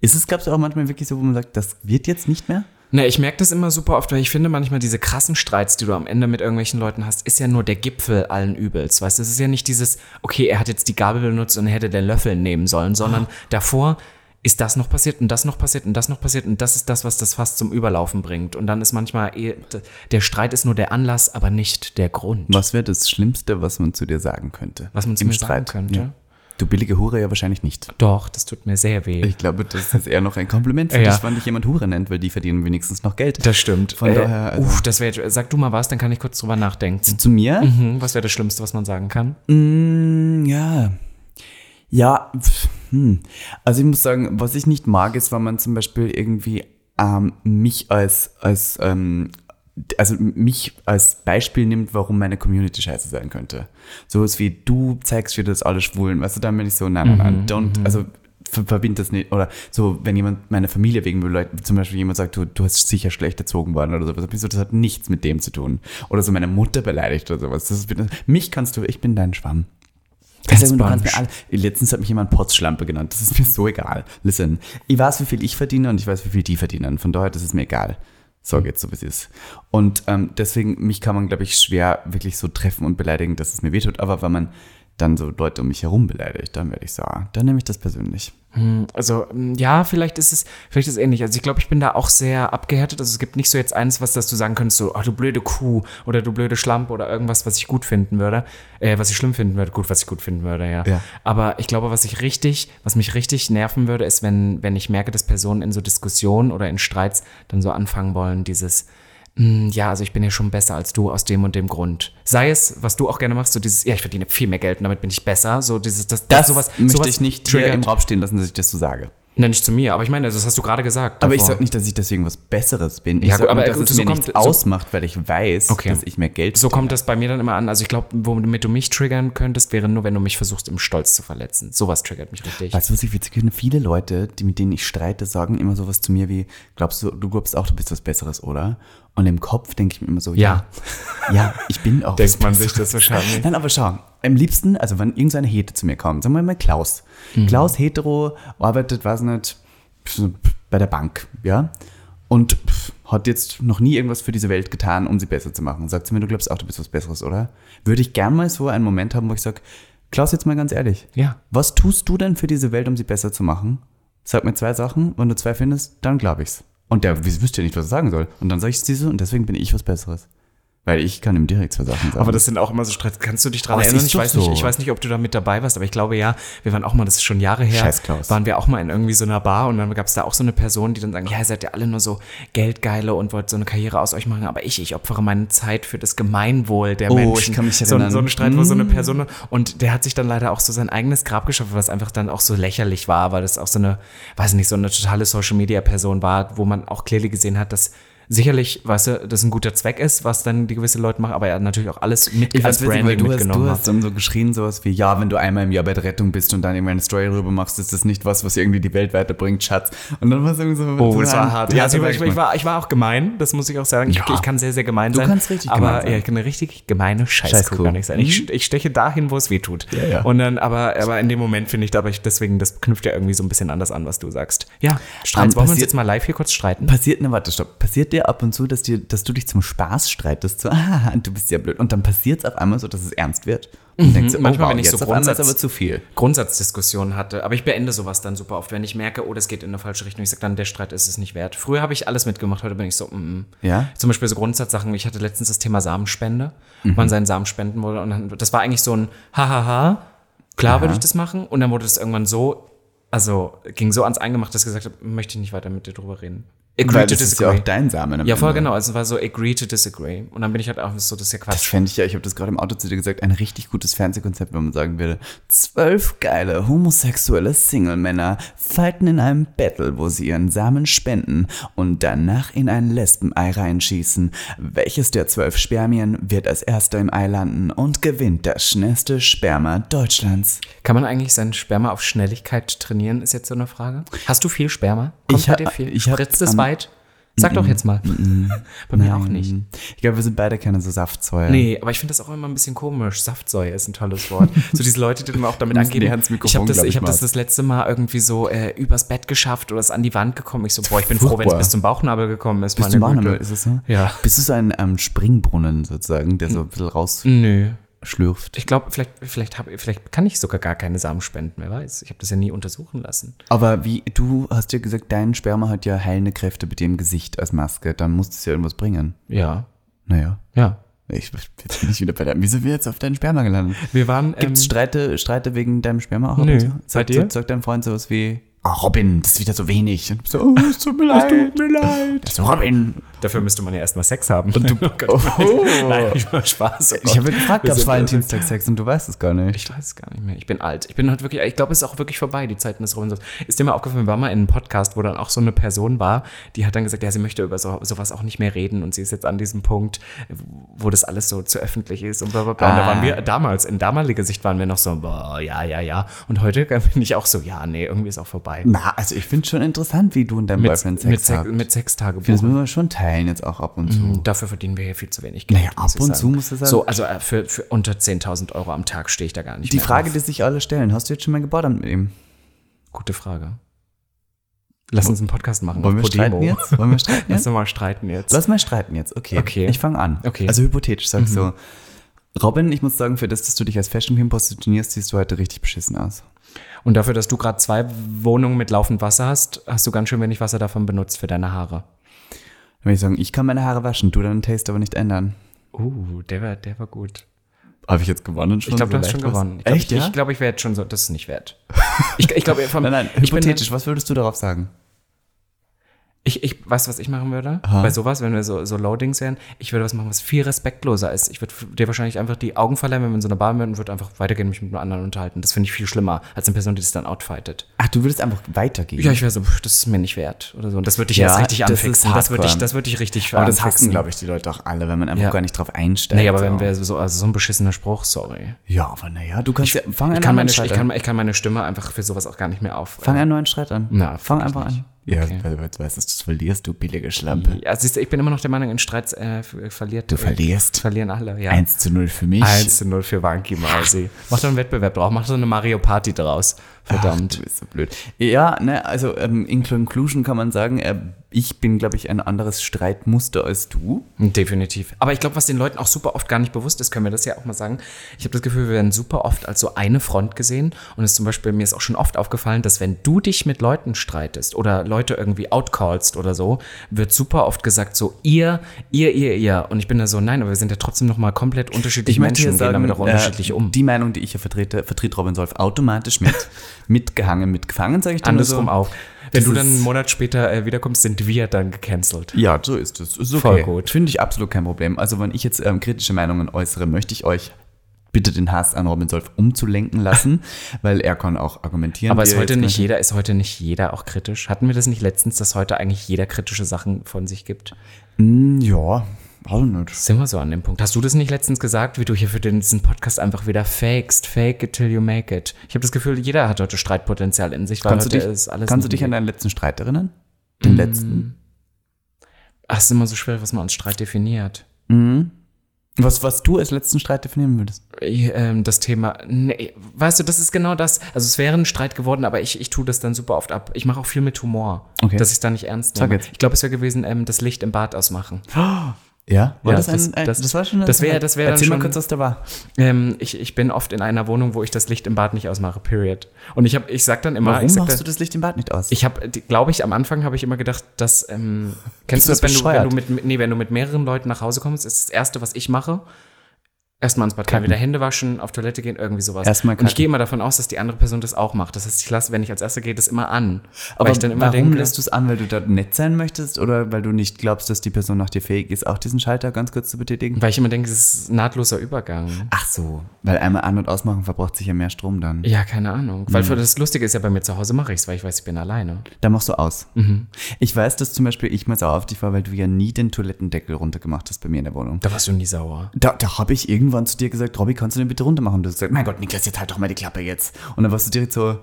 [SPEAKER 2] Ist es, glaubst du, auch manchmal wirklich so, wo man sagt, das wird jetzt nicht mehr?
[SPEAKER 1] Ne, ich merke das immer super oft, weil ich finde manchmal diese krassen Streits, die du am Ende mit irgendwelchen Leuten hast, ist ja nur der Gipfel allen Übels, weißt du? Es ist ja nicht dieses, okay, er hat jetzt die Gabel benutzt und er hätte den Löffel nehmen sollen, sondern davor ist das noch passiert und das noch passiert und das noch passiert und das ist das, was das fast zum Überlaufen bringt. Und dann ist manchmal eh, d- der Streit ist nur der Anlass, aber nicht der Grund.
[SPEAKER 2] Was wäre das Schlimmste, was man zu dir sagen könnte?
[SPEAKER 1] Was man zu
[SPEAKER 2] Im
[SPEAKER 1] mir sagen
[SPEAKER 2] Streit?
[SPEAKER 1] könnte?
[SPEAKER 2] Ja. Du billige Hure ja wahrscheinlich nicht.
[SPEAKER 1] Doch, das tut mir sehr weh.
[SPEAKER 2] Ich glaube, das ist eher noch ein Kompliment für
[SPEAKER 1] Ja.
[SPEAKER 2] dich, wenn dich jemand Hure nennt, weil die verdienen wenigstens noch Geld.
[SPEAKER 1] das stimmt.
[SPEAKER 2] Von
[SPEAKER 1] äh,
[SPEAKER 2] daher, also-
[SPEAKER 1] uff, das wäre jetzt, sag du mal was, dann kann ich kurz drüber nachdenken.
[SPEAKER 2] zu mir?
[SPEAKER 1] Hm, was wäre das Schlimmste, was man sagen kann? Mhm.
[SPEAKER 2] Mm, ja. Ja, pf, hm. also ich muss sagen, was ich nicht mag, ist, wenn man zum Beispiel irgendwie ähm, mich als, als ähm, also mich als Beispiel nimmt, warum meine Community scheiße sein könnte. Sowas wie, du zeigst wieder, dass alle schwulen, weißt du, dann bin ich so, nein, nein, nein, don't, also ver- verbind das nicht. Oder so, wenn jemand meine Familie wegen Leuten, zum Beispiel jemand sagt, du, du hast sicher schlecht erzogen worden oder sowas, bin ich so, das hat nichts mit dem zu tun. Oder so meine Mutter beleidigt oder sowas. Das ist, mich kannst du, ich bin dein Schwamm.
[SPEAKER 1] Ganz
[SPEAKER 2] Also, du kannst
[SPEAKER 1] spanisch.
[SPEAKER 2] mir alle, letztens hat mich jemand Potzschlampe genannt. Das ist mir so egal. Listen, ich weiß, wie viel ich verdiene und ich weiß, wie viel die verdienen. Von daher, das ist mir egal. So
[SPEAKER 1] Mhm.
[SPEAKER 2] geht's, so wie es ist. Und ähm, deswegen, mich kann man, glaube ich, schwer wirklich so treffen und beleidigen, dass es mir wehtut. Aber wenn man dann so Leute um mich herum beleidigt, dann werde ich sagen, dann nehme ich das persönlich.
[SPEAKER 1] Also ähm, ja, vielleicht ist es, vielleicht ist es ähnlich. Also ich glaube, ich bin da auch sehr abgehärtet. Also es gibt nicht so jetzt eins, was dass du sagen könntest, so, oh, du blöde Kuh oder du blöde Schlampe oder irgendwas, was ich gut finden würde, äh, was ich schlimm finden würde. Gut, was ich gut finden würde, ja.
[SPEAKER 2] Ja.
[SPEAKER 1] Aber ich glaube, was ich richtig, was mich richtig nerven würde, ist, wenn, wenn ich merke, dass Personen in so Diskussionen oder in Streits dann so anfangen wollen, dieses "Mm, ja, also ich bin ja schon besser als du aus dem und dem Grund. Sei es, was du auch gerne machst, so dieses, ja, ich verdiene viel mehr Geld und damit bin ich besser, so dieses, das,
[SPEAKER 2] möchte ich nicht hier
[SPEAKER 1] triggert
[SPEAKER 2] im Raum stehen lassen, dass ich das so sage.
[SPEAKER 1] Nein, Ne, nicht zu mir, aber ich meine, also das hast du gerade gesagt.
[SPEAKER 2] Aber ich
[SPEAKER 1] davor.
[SPEAKER 2] sag nicht, dass ich deswegen was Besseres bin. Ich
[SPEAKER 1] Ja,
[SPEAKER 2] sag
[SPEAKER 1] gut, aber
[SPEAKER 2] nur, dass
[SPEAKER 1] gut,
[SPEAKER 2] es
[SPEAKER 1] so
[SPEAKER 2] mir
[SPEAKER 1] kommt-
[SPEAKER 2] nichts
[SPEAKER 1] so-
[SPEAKER 2] ausmacht, weil ich weiß,
[SPEAKER 1] Okay.
[SPEAKER 2] dass ich mehr Geld
[SPEAKER 1] So kommt das bei mir dann immer an. Also ich glaube, womit du mich triggern könntest, wäre nur, wenn du mich versuchst, im Stolz zu verletzen. Sowas triggert mich richtig.
[SPEAKER 2] Weißt du, was ich witzig finde? Viele Leute, die, mit denen ich streite, sagen immer sowas zu mir wie, glaubst du, du glaubst auch, du bist was Besseres, oder? Und im Kopf denke ich mir immer so,
[SPEAKER 1] Ja.
[SPEAKER 2] ja, ja, ich bin auch
[SPEAKER 1] Denkt
[SPEAKER 2] was
[SPEAKER 1] man sich
[SPEAKER 2] Besseres.
[SPEAKER 1] das wahrscheinlich.
[SPEAKER 2] Nein, Mhm. aber schau, am liebsten, also wenn irgendeine Hete zu mir kommt, sagen wir mal Klaus.
[SPEAKER 1] Mhm.
[SPEAKER 2] Klaus, hetero, arbeitet, weiß nicht, bei der Bank, ja? Und hat jetzt noch nie irgendwas für diese Welt getan, um sie besser zu machen. Sagt sie mir, du glaubst auch, du bist was Besseres, oder? Würde ich gern mal so einen Moment haben, wo ich sage, Klaus, jetzt mal ganz ehrlich,
[SPEAKER 1] Ja.
[SPEAKER 2] was tust du denn für diese Welt, um sie besser zu machen? Sag mir zwei Sachen, wenn du zwei findest, dann glaube ich's. Und der wüs- wüsste ja nicht, was er sagen soll. Und dann sage ich sie so und deswegen bin ich was Besseres. Weil ich kann ihm direkt zwei Sachen sagen.
[SPEAKER 1] Aber das sind auch immer so Streit. Kannst du dich daran
[SPEAKER 2] Aber es
[SPEAKER 1] erinnern?
[SPEAKER 2] ist
[SPEAKER 1] Ich
[SPEAKER 2] doch
[SPEAKER 1] weiß, nicht,
[SPEAKER 2] so.
[SPEAKER 1] ich weiß nicht, ob du da mit dabei warst, aber ich glaube ja, wir waren auch mal, das ist schon Jahre her,
[SPEAKER 2] Scheiß Klaus.
[SPEAKER 1] waren wir auch mal in irgendwie so einer Bar und dann gab es da auch so eine Person, die dann sagen, ja, ihr seid ja alle nur so Geldgeile und wollt so eine Karriere aus euch machen, aber ich, ich opfere meine Zeit für das Gemeinwohl der
[SPEAKER 2] Oh,
[SPEAKER 1] Menschen.
[SPEAKER 2] ich kann mich
[SPEAKER 1] So,
[SPEAKER 2] erinnern.
[SPEAKER 1] so ein Streit, wo so
[SPEAKER 2] Mm.
[SPEAKER 1] eine Person, und der hat sich dann leider auch so sein eigenes Grab geschaffen, was einfach dann auch so lächerlich war, weil das auch so eine, weiß nicht, so eine totale Social-Media-Person war, wo man auch clearly gesehen hat, dass Sicherlich, weißt du, das ein guter Zweck ist, was dann die gewisse Leute machen, aber er hat natürlich auch alles mit
[SPEAKER 2] ich
[SPEAKER 1] als
[SPEAKER 2] weiß nicht, Also weil
[SPEAKER 1] Branding
[SPEAKER 2] du hast, du
[SPEAKER 1] mitgenommen
[SPEAKER 2] hast
[SPEAKER 1] hast.
[SPEAKER 2] dann so geschrien, sowas wie, ja, wenn du einmal im Jahr bei der Rettung bist und dann irgendwie eine Story drüber machst, ist das nicht was, was irgendwie die Welt weiterbringt, Schatz. Und dann Oh, war es irgendwie so... so ein-
[SPEAKER 1] Ja,
[SPEAKER 2] Ja,
[SPEAKER 1] also ich,
[SPEAKER 2] so
[SPEAKER 1] war- ich, war- ich,
[SPEAKER 2] war,
[SPEAKER 1] war, ich war auch gemein, das muss ich auch sagen. Ich,
[SPEAKER 2] Ja.
[SPEAKER 1] ich kann sehr, sehr gemein
[SPEAKER 2] Du
[SPEAKER 1] sein.
[SPEAKER 2] kannst richtig
[SPEAKER 1] aber,
[SPEAKER 2] gemein sein.
[SPEAKER 1] Ja, ich kann eine richtig gemeine Scheißkuh
[SPEAKER 2] Scheißkuh. Mhm.
[SPEAKER 1] gar nicht sein. Ich, ich steche dahin, wo es weh tut.
[SPEAKER 2] Ja, ja.
[SPEAKER 1] Und dann, aber, aber in dem Moment finde ich, aber ich, deswegen, das knüpft ja irgendwie so ein bisschen anders an, was du sagst. Ja, Streit. Wollen
[SPEAKER 2] Ähm,
[SPEAKER 1] wir uns
[SPEAKER 2] passiert-
[SPEAKER 1] jetzt mal live hier kurz streiten?
[SPEAKER 2] passiert, ne, warte, stopp. Passiert dir ab und zu, dass, dir, dass du dich zum Spaß streitest, so, ah, du bist ja blöd. Und dann passiert es auf einmal so, dass es ernst wird. Und denkst du, oh,
[SPEAKER 1] Manchmal,
[SPEAKER 2] wow,
[SPEAKER 1] wenn ich
[SPEAKER 2] jetzt
[SPEAKER 1] so
[SPEAKER 2] auf einmal ist
[SPEAKER 1] Grundsatz-
[SPEAKER 2] aber zu viel.
[SPEAKER 1] Grundsatzdiskussionen hatte. Aber ich beende sowas dann super oft, wenn ich merke, oh, das geht in eine falsche Richtung. Ich sage dann, der Streit ist es nicht wert. Früher habe ich alles mitgemacht, heute bin ich so, mm, mm.
[SPEAKER 2] Ja?
[SPEAKER 1] Zum Beispiel so Grundsatzsachen. Ich hatte letztens das Thema Samenspende,
[SPEAKER 2] Mhm.
[SPEAKER 1] wo man seinen Samen spenden wollte. Und dann, das war eigentlich so ein Hahaha, klar würde ich das machen. Und dann wurde das irgendwann so, also ging so ans Eingemachte, dass ich gesagt habe, möchte ich nicht weiter mit dir drüber reden. Agree
[SPEAKER 2] Weil
[SPEAKER 1] to
[SPEAKER 2] das ist ja
[SPEAKER 1] disagree.
[SPEAKER 2] auch dein Samen. am
[SPEAKER 1] ja, voll
[SPEAKER 2] Ende.
[SPEAKER 1] genau. Also es war so agree to disagree. Und dann bin ich halt auch so, das ist ja Quatsch.
[SPEAKER 2] Das fände ich ja, ich habe das gerade im Auto zu dir gesagt, ein richtig gutes Fernsehkonzept, wenn man sagen würde, zwölf geile homosexuelle Single-Männer fighten in einem Battle, wo sie ihren Samen spenden und danach in ein Lesbenei reinschießen. Welches der zwölf Spermien wird als erster im Ei landen und gewinnt das schnellste Sperma Deutschlands?
[SPEAKER 1] Kann man eigentlich sein Sperma auf Schnelligkeit trainieren, ist jetzt so eine Frage. Hast du viel Sperma? Kommt
[SPEAKER 2] Ich
[SPEAKER 1] bei
[SPEAKER 2] ha-
[SPEAKER 1] dir viel?
[SPEAKER 2] ich hab
[SPEAKER 1] Spritzt es
[SPEAKER 2] am- Mm,
[SPEAKER 1] weit? Sag doch jetzt mal. Bei mir auch nicht.
[SPEAKER 2] Mhm. Ich glaube, wir sind beide keine so Saftsäuer.
[SPEAKER 1] Nee, aber ich finde das auch immer ein bisschen komisch. Saftsäure ist ein tolles Wort. So diese Leute, die dann auch damit
[SPEAKER 2] Müssen die
[SPEAKER 1] angeben.
[SPEAKER 2] Hand ins Mikrofon,
[SPEAKER 1] ich habe das,
[SPEAKER 2] glaub
[SPEAKER 1] ich
[SPEAKER 2] ich,
[SPEAKER 1] hab das
[SPEAKER 2] mal.
[SPEAKER 1] das letzte Mal irgendwie so äh, übers Bett geschafft oder ist an die Wand gekommen. Ich so, boah, ich bin froh, wenn es
[SPEAKER 2] Furchtbar.
[SPEAKER 1] bis zum Bauchnabel gekommen ist.
[SPEAKER 2] Bist du
[SPEAKER 1] meine
[SPEAKER 2] Barnum,
[SPEAKER 1] Güte.
[SPEAKER 2] ist es so?
[SPEAKER 1] Ja.
[SPEAKER 2] Bist du so ein ähm, Springbrunnen sozusagen, der so ein bisschen
[SPEAKER 1] Nö.
[SPEAKER 2] rausschlürft?
[SPEAKER 1] Ich glaube, vielleicht, vielleicht, hab, vielleicht kann ich sogar gar keine Samen spenden, wer weiß. Ich habe das ja nie untersuchen lassen.
[SPEAKER 2] Aber wie, du hast ja gesagt, dein Sperma hat ja heilende Kräfte mit dem Gesicht als Maske. Dann muss es ja irgendwas bringen.
[SPEAKER 1] Ja.
[SPEAKER 2] Naja.
[SPEAKER 1] Ja.
[SPEAKER 2] Ich, jetzt bin ich wieder bei deinem. Wieso sind wir jetzt auf deinen Sperma gelandet?
[SPEAKER 1] Wir waren.
[SPEAKER 2] Gibt's
[SPEAKER 1] ähm,
[SPEAKER 2] Streite, Streite wegen deinem Sperma auch?
[SPEAKER 1] Nö.
[SPEAKER 2] So?
[SPEAKER 1] Bei
[SPEAKER 2] Sagt,
[SPEAKER 1] dir?
[SPEAKER 2] sagt dein Freund sowas wie, oh Robin, das ist wieder so wenig. Und so, oh, es tut mir leid.
[SPEAKER 1] tut mir leid.
[SPEAKER 2] Das ist Robin.
[SPEAKER 1] Dafür müsste man ja erstmal Sex haben. Und du, oh Gott,
[SPEAKER 2] Oh.
[SPEAKER 1] Nein, ich war Spaß. Oh Gott.
[SPEAKER 2] Ich habe gefragt,
[SPEAKER 1] Wir
[SPEAKER 2] gab es
[SPEAKER 1] sind-
[SPEAKER 2] Valentinstagsex und du weißt es gar nicht.
[SPEAKER 1] Ich weiß es gar nicht mehr. Ich bin alt. Ich bin halt wirklich, ich glaube, es ist auch wirklich vorbei, die Zeiten des Robinsons. Ist dir mal aufgefallen, wir waren mal in einem Podcast, wo dann auch so eine Person war, die hat dann gesagt, ja, sie möchte über so, sowas auch nicht mehr reden und sie ist jetzt an diesem Punkt, wo das alles so zu öffentlich ist und bla bla bla. Und da
[SPEAKER 2] Ah.
[SPEAKER 1] waren wir damals, in damaliger Sicht waren wir noch so, boah, ja, ja, ja. Und heute bin ich auch so, ja, nee, irgendwie ist auch vorbei.
[SPEAKER 2] Na, also ich finde schon interessant, wie du und dein Boyfriend
[SPEAKER 1] mit,
[SPEAKER 2] Sex
[SPEAKER 1] Sex,
[SPEAKER 2] habt.
[SPEAKER 1] mit Sextagebuch.
[SPEAKER 2] Das müssen wir schon teilen jetzt auch ab und zu.
[SPEAKER 1] Und Dafür verdienen wir hier viel zu wenig
[SPEAKER 2] Naja, ab
[SPEAKER 1] muss ich
[SPEAKER 2] und
[SPEAKER 1] sagen.
[SPEAKER 2] zu muss halt das sein.
[SPEAKER 1] So, also äh, für, für unter 10.000 Euro am Tag stehe ich da gar nicht
[SPEAKER 2] Die
[SPEAKER 1] mehr
[SPEAKER 2] Frage,
[SPEAKER 1] drauf.
[SPEAKER 2] die sich alle stellen, hast du jetzt schon mal gebordet mit ihm?
[SPEAKER 1] Gute Frage. Lass uns einen Podcast machen.
[SPEAKER 2] Wollen wir
[SPEAKER 1] auf Podimo.
[SPEAKER 2] streiten jetzt? Wollen wir streiten
[SPEAKER 1] Lass
[SPEAKER 2] jetzt?
[SPEAKER 1] doch mal streiten jetzt.
[SPEAKER 2] Lass mal streiten jetzt. Okay.
[SPEAKER 1] Okay.
[SPEAKER 2] Ich fange an.
[SPEAKER 1] Okay.
[SPEAKER 2] Also hypothetisch sagst du, Robin, ich muss sagen, für das, dass du dich als Fashion Queen positionierst, siehst du heute richtig beschissen aus.
[SPEAKER 1] Und dafür, dass du gerade zwei Wohnungen mit laufend Wasser hast, hast du ganz schön wenig Wasser davon benutzt für deine Haare.
[SPEAKER 2] Dann würde ich sagen, ich kann meine Haare waschen, du deinen Taste aber nicht ändern.
[SPEAKER 1] Uh, der war, der war gut.
[SPEAKER 2] Habe ich jetzt gewonnen schon?
[SPEAKER 1] Ich glaube, du
[SPEAKER 2] So
[SPEAKER 1] hast schon
[SPEAKER 2] leicht was?
[SPEAKER 1] gewonnen. Ich glaub,
[SPEAKER 2] Echt,
[SPEAKER 1] ich,
[SPEAKER 2] ja?
[SPEAKER 1] Ich glaube, ich wäre jetzt schon so, das ist nicht wert. Ich, ich glaube, vom-
[SPEAKER 2] nein, nein,
[SPEAKER 1] ich bin dann-
[SPEAKER 2] hypothetisch, was würdest du darauf sagen?
[SPEAKER 1] Ich, ich weiß, was ich machen würde. Bei sowas, wenn wir so, so Loadings wären, ich würde was machen, was viel respektloser ist. Ich würde dir wahrscheinlich einfach die Augen verleihen, wenn wir in so einer Bar wären und würde einfach weitergehen, mich mit einem anderen unterhalten. Das finde ich viel schlimmer, als eine Person, die das dann outfightet.
[SPEAKER 2] Ach, du würdest einfach weitergehen.
[SPEAKER 1] Ja, ich wäre so, pff, das ist mir nicht wert oder so. Und das würde ich
[SPEAKER 2] Ja,
[SPEAKER 1] jetzt richtig
[SPEAKER 2] das
[SPEAKER 1] anfixen.
[SPEAKER 2] ist
[SPEAKER 1] Das würde ich,
[SPEAKER 2] hardcore.
[SPEAKER 1] das würde ich richtig
[SPEAKER 2] aber Ah, das
[SPEAKER 1] anfixen.
[SPEAKER 2] hassen, glaube ich, die Leute auch alle, wenn man einfach
[SPEAKER 1] Ja.
[SPEAKER 2] gar nicht drauf einsteigt.
[SPEAKER 1] Nee, aber wenn
[SPEAKER 2] So.
[SPEAKER 1] wir so, also so ein beschissener Spruch, sorry.
[SPEAKER 2] Ja, aber naja, du kannst ja. Fang
[SPEAKER 1] Ich
[SPEAKER 2] einen
[SPEAKER 1] kann,
[SPEAKER 2] neuen
[SPEAKER 1] meine,
[SPEAKER 2] Streit
[SPEAKER 1] ich,
[SPEAKER 2] an.
[SPEAKER 1] kann, ich kann meine Stimme einfach für sowas auch gar nicht mehr auf.
[SPEAKER 2] Fang einen neuen Streit an.
[SPEAKER 1] Na, find
[SPEAKER 2] Fang
[SPEAKER 1] ich
[SPEAKER 2] einfach
[SPEAKER 1] nicht.
[SPEAKER 2] an. Ja,
[SPEAKER 1] Okay.
[SPEAKER 2] weil du jetzt weißt, das verlierst, du billige Schlampe.
[SPEAKER 1] Ja, siehst du, ich bin immer noch der Meinung, in Streit äh, f- äh, verliert.
[SPEAKER 2] Du verlierst.
[SPEAKER 1] Verlieren alle, ja.
[SPEAKER 2] 1 zu 0 für mich.
[SPEAKER 1] 1 zu 0 für Wanky Mausi. Mach doch einen Wettbewerb drauf, mach doch eine Mario Party draus.
[SPEAKER 2] Ach,
[SPEAKER 1] Verdammt.
[SPEAKER 2] du bist so blöd. Ja, ne, also ähm, in Conclusion kann man sagen, äh, ich bin, glaube ich, ein anderes Streitmuster als du.
[SPEAKER 1] Hm, Definitiv. Aber ich glaube, was den Leuten auch super oft gar nicht bewusst ist, können wir das ja auch mal sagen. Ich habe das Gefühl, wir werden super oft als so eine Front gesehen. Und es ist zum Beispiel, mir ist auch schon oft aufgefallen, dass wenn du dich mit Leuten streitest oder Leute irgendwie outcallst oder so, wird super oft gesagt so, ihr, ihr, ihr, ihr. Und ich bin da so, nein, aber wir sind ja trotzdem nochmal komplett unterschiedliche Menschen, und gehen damit auch unterschiedlich
[SPEAKER 2] äh,
[SPEAKER 1] um.
[SPEAKER 2] die Meinung, die ich hier vertrete, vertritt Robin Solf automatisch mit. mitgehangen, mitgefangen, sage ich dann nur
[SPEAKER 1] andersrum
[SPEAKER 2] so.
[SPEAKER 1] auch. Wenn
[SPEAKER 2] Das
[SPEAKER 1] du dann einen
[SPEAKER 2] ist-
[SPEAKER 1] Monat später äh, wiederkommst, sind wir dann gecancelt.
[SPEAKER 2] Ja, so ist es. Ist okay.
[SPEAKER 1] Voll gut.
[SPEAKER 2] Finde ich absolut kein Problem. Also, wenn ich jetzt ähm, kritische Meinungen äußere, möchte ich euch bitte den Hass an Robin Solf umzulenken lassen, weil er kann auch argumentieren.
[SPEAKER 1] Aber
[SPEAKER 2] wie
[SPEAKER 1] ist
[SPEAKER 2] er
[SPEAKER 1] heute
[SPEAKER 2] jetzt
[SPEAKER 1] nicht
[SPEAKER 2] kann.
[SPEAKER 1] jeder, ist heute nicht jeder auch kritisch? Hatten wir das nicht letztens, dass heute eigentlich jeder kritische Sachen von sich gibt?
[SPEAKER 2] Hm, Ja, also nicht.
[SPEAKER 1] Sind wir so an dem Punkt? Hast du das nicht letztens gesagt, wie du hier für den- diesen Podcast einfach wieder fakest? Fake it till you make it. Ich habe das Gefühl, jeder hat heute Streitpotenzial in sich, weil
[SPEAKER 2] Kannst du
[SPEAKER 1] heute
[SPEAKER 2] dich,
[SPEAKER 1] ist alles.
[SPEAKER 2] kannst du
[SPEAKER 1] nicht Mm.
[SPEAKER 2] dich an
[SPEAKER 1] möglich.
[SPEAKER 2] deinen letzten Streit erinnern? Den letzten?
[SPEAKER 1] Ach, es ist immer so schwer, was man als Streit definiert.
[SPEAKER 2] Was, was du als letzten Streit definieren würdest?
[SPEAKER 1] ähm, das Thema, nee, weißt du, das ist genau das. Also es wäre ein Streit geworden, aber ich, ich tue das dann super oft ab. Ich mache auch viel mit Humor,
[SPEAKER 2] Okay.
[SPEAKER 1] dass ich es da nicht ernst
[SPEAKER 2] Sag
[SPEAKER 1] nehme.
[SPEAKER 2] jetzt.
[SPEAKER 1] Ich glaube, es wäre gewesen, ähm, das Licht im Bad ausmachen.
[SPEAKER 2] Ja, war
[SPEAKER 1] Ja,
[SPEAKER 2] das,
[SPEAKER 1] das-
[SPEAKER 2] ein, ein,
[SPEAKER 1] das-
[SPEAKER 2] war schon ein
[SPEAKER 1] das wäre-
[SPEAKER 2] Streit?
[SPEAKER 1] das wäre dann
[SPEAKER 2] Erzähl mal
[SPEAKER 1] schon-
[SPEAKER 2] kurz, was da war.
[SPEAKER 1] Ähm, ich, ich bin oft in einer Wohnung, wo ich das Licht im Bad nicht ausmache, period. Und ich, hab, ich sag dann immer, ich sag dann,
[SPEAKER 2] das Licht im Bad nicht aus?
[SPEAKER 1] ich habe, glaube ich, am Anfang habe ich immer gedacht, dass, ähm, kennst du das,
[SPEAKER 2] Bist du
[SPEAKER 1] wenn du, wenn,
[SPEAKER 2] bescheuert?
[SPEAKER 1] du mit, nee, wenn du mit mehreren Leuten nach Hause kommst, ist das Erste, was ich mache, erstmal ins Bad gehen, wieder Hände waschen, auf Toilette gehen, irgendwie sowas.
[SPEAKER 2] Erstmal
[SPEAKER 1] Und ich
[SPEAKER 2] kacken.
[SPEAKER 1] gehe immer davon aus, dass die andere Person das auch macht. Das heißt, ich lasse, wenn ich als Erster gehe, das immer an.
[SPEAKER 2] aber
[SPEAKER 1] weil ich dann immer
[SPEAKER 2] warum
[SPEAKER 1] denke,
[SPEAKER 2] lässt du es an, weil du da nett sein möchtest oder weil du nicht glaubst, dass die Person nach dir fähig ist, auch diesen Schalter ganz kurz zu betätigen?
[SPEAKER 1] weil ich immer denke, es ist ein nahtloser Übergang.
[SPEAKER 2] Ach so, weil einmal an- und ausmachen verbraucht sich ja mehr Strom dann.
[SPEAKER 1] Ja, keine Ahnung.
[SPEAKER 2] Hm.
[SPEAKER 1] Weil für das Lustige ist ja, bei mir zu Hause mache ich es, weil ich weiß, ich bin alleine.
[SPEAKER 2] Da machst du aus.
[SPEAKER 1] Mhm.
[SPEAKER 2] Ich weiß, dass zum Beispiel ich mal sauer auf dich war, weil du ja nie den Toilettendeckel runtergemacht hast bei mir in der Wohnung.
[SPEAKER 1] Da warst du nie sauer.
[SPEAKER 2] Da, da habe ich irgendwann zu dir gesagt, Robby, kannst du den bitte runtermachen? Und du hast gesagt, mein Gott, Niklas, jetzt halt doch mal die Klappe jetzt. Und dann warst du direkt so,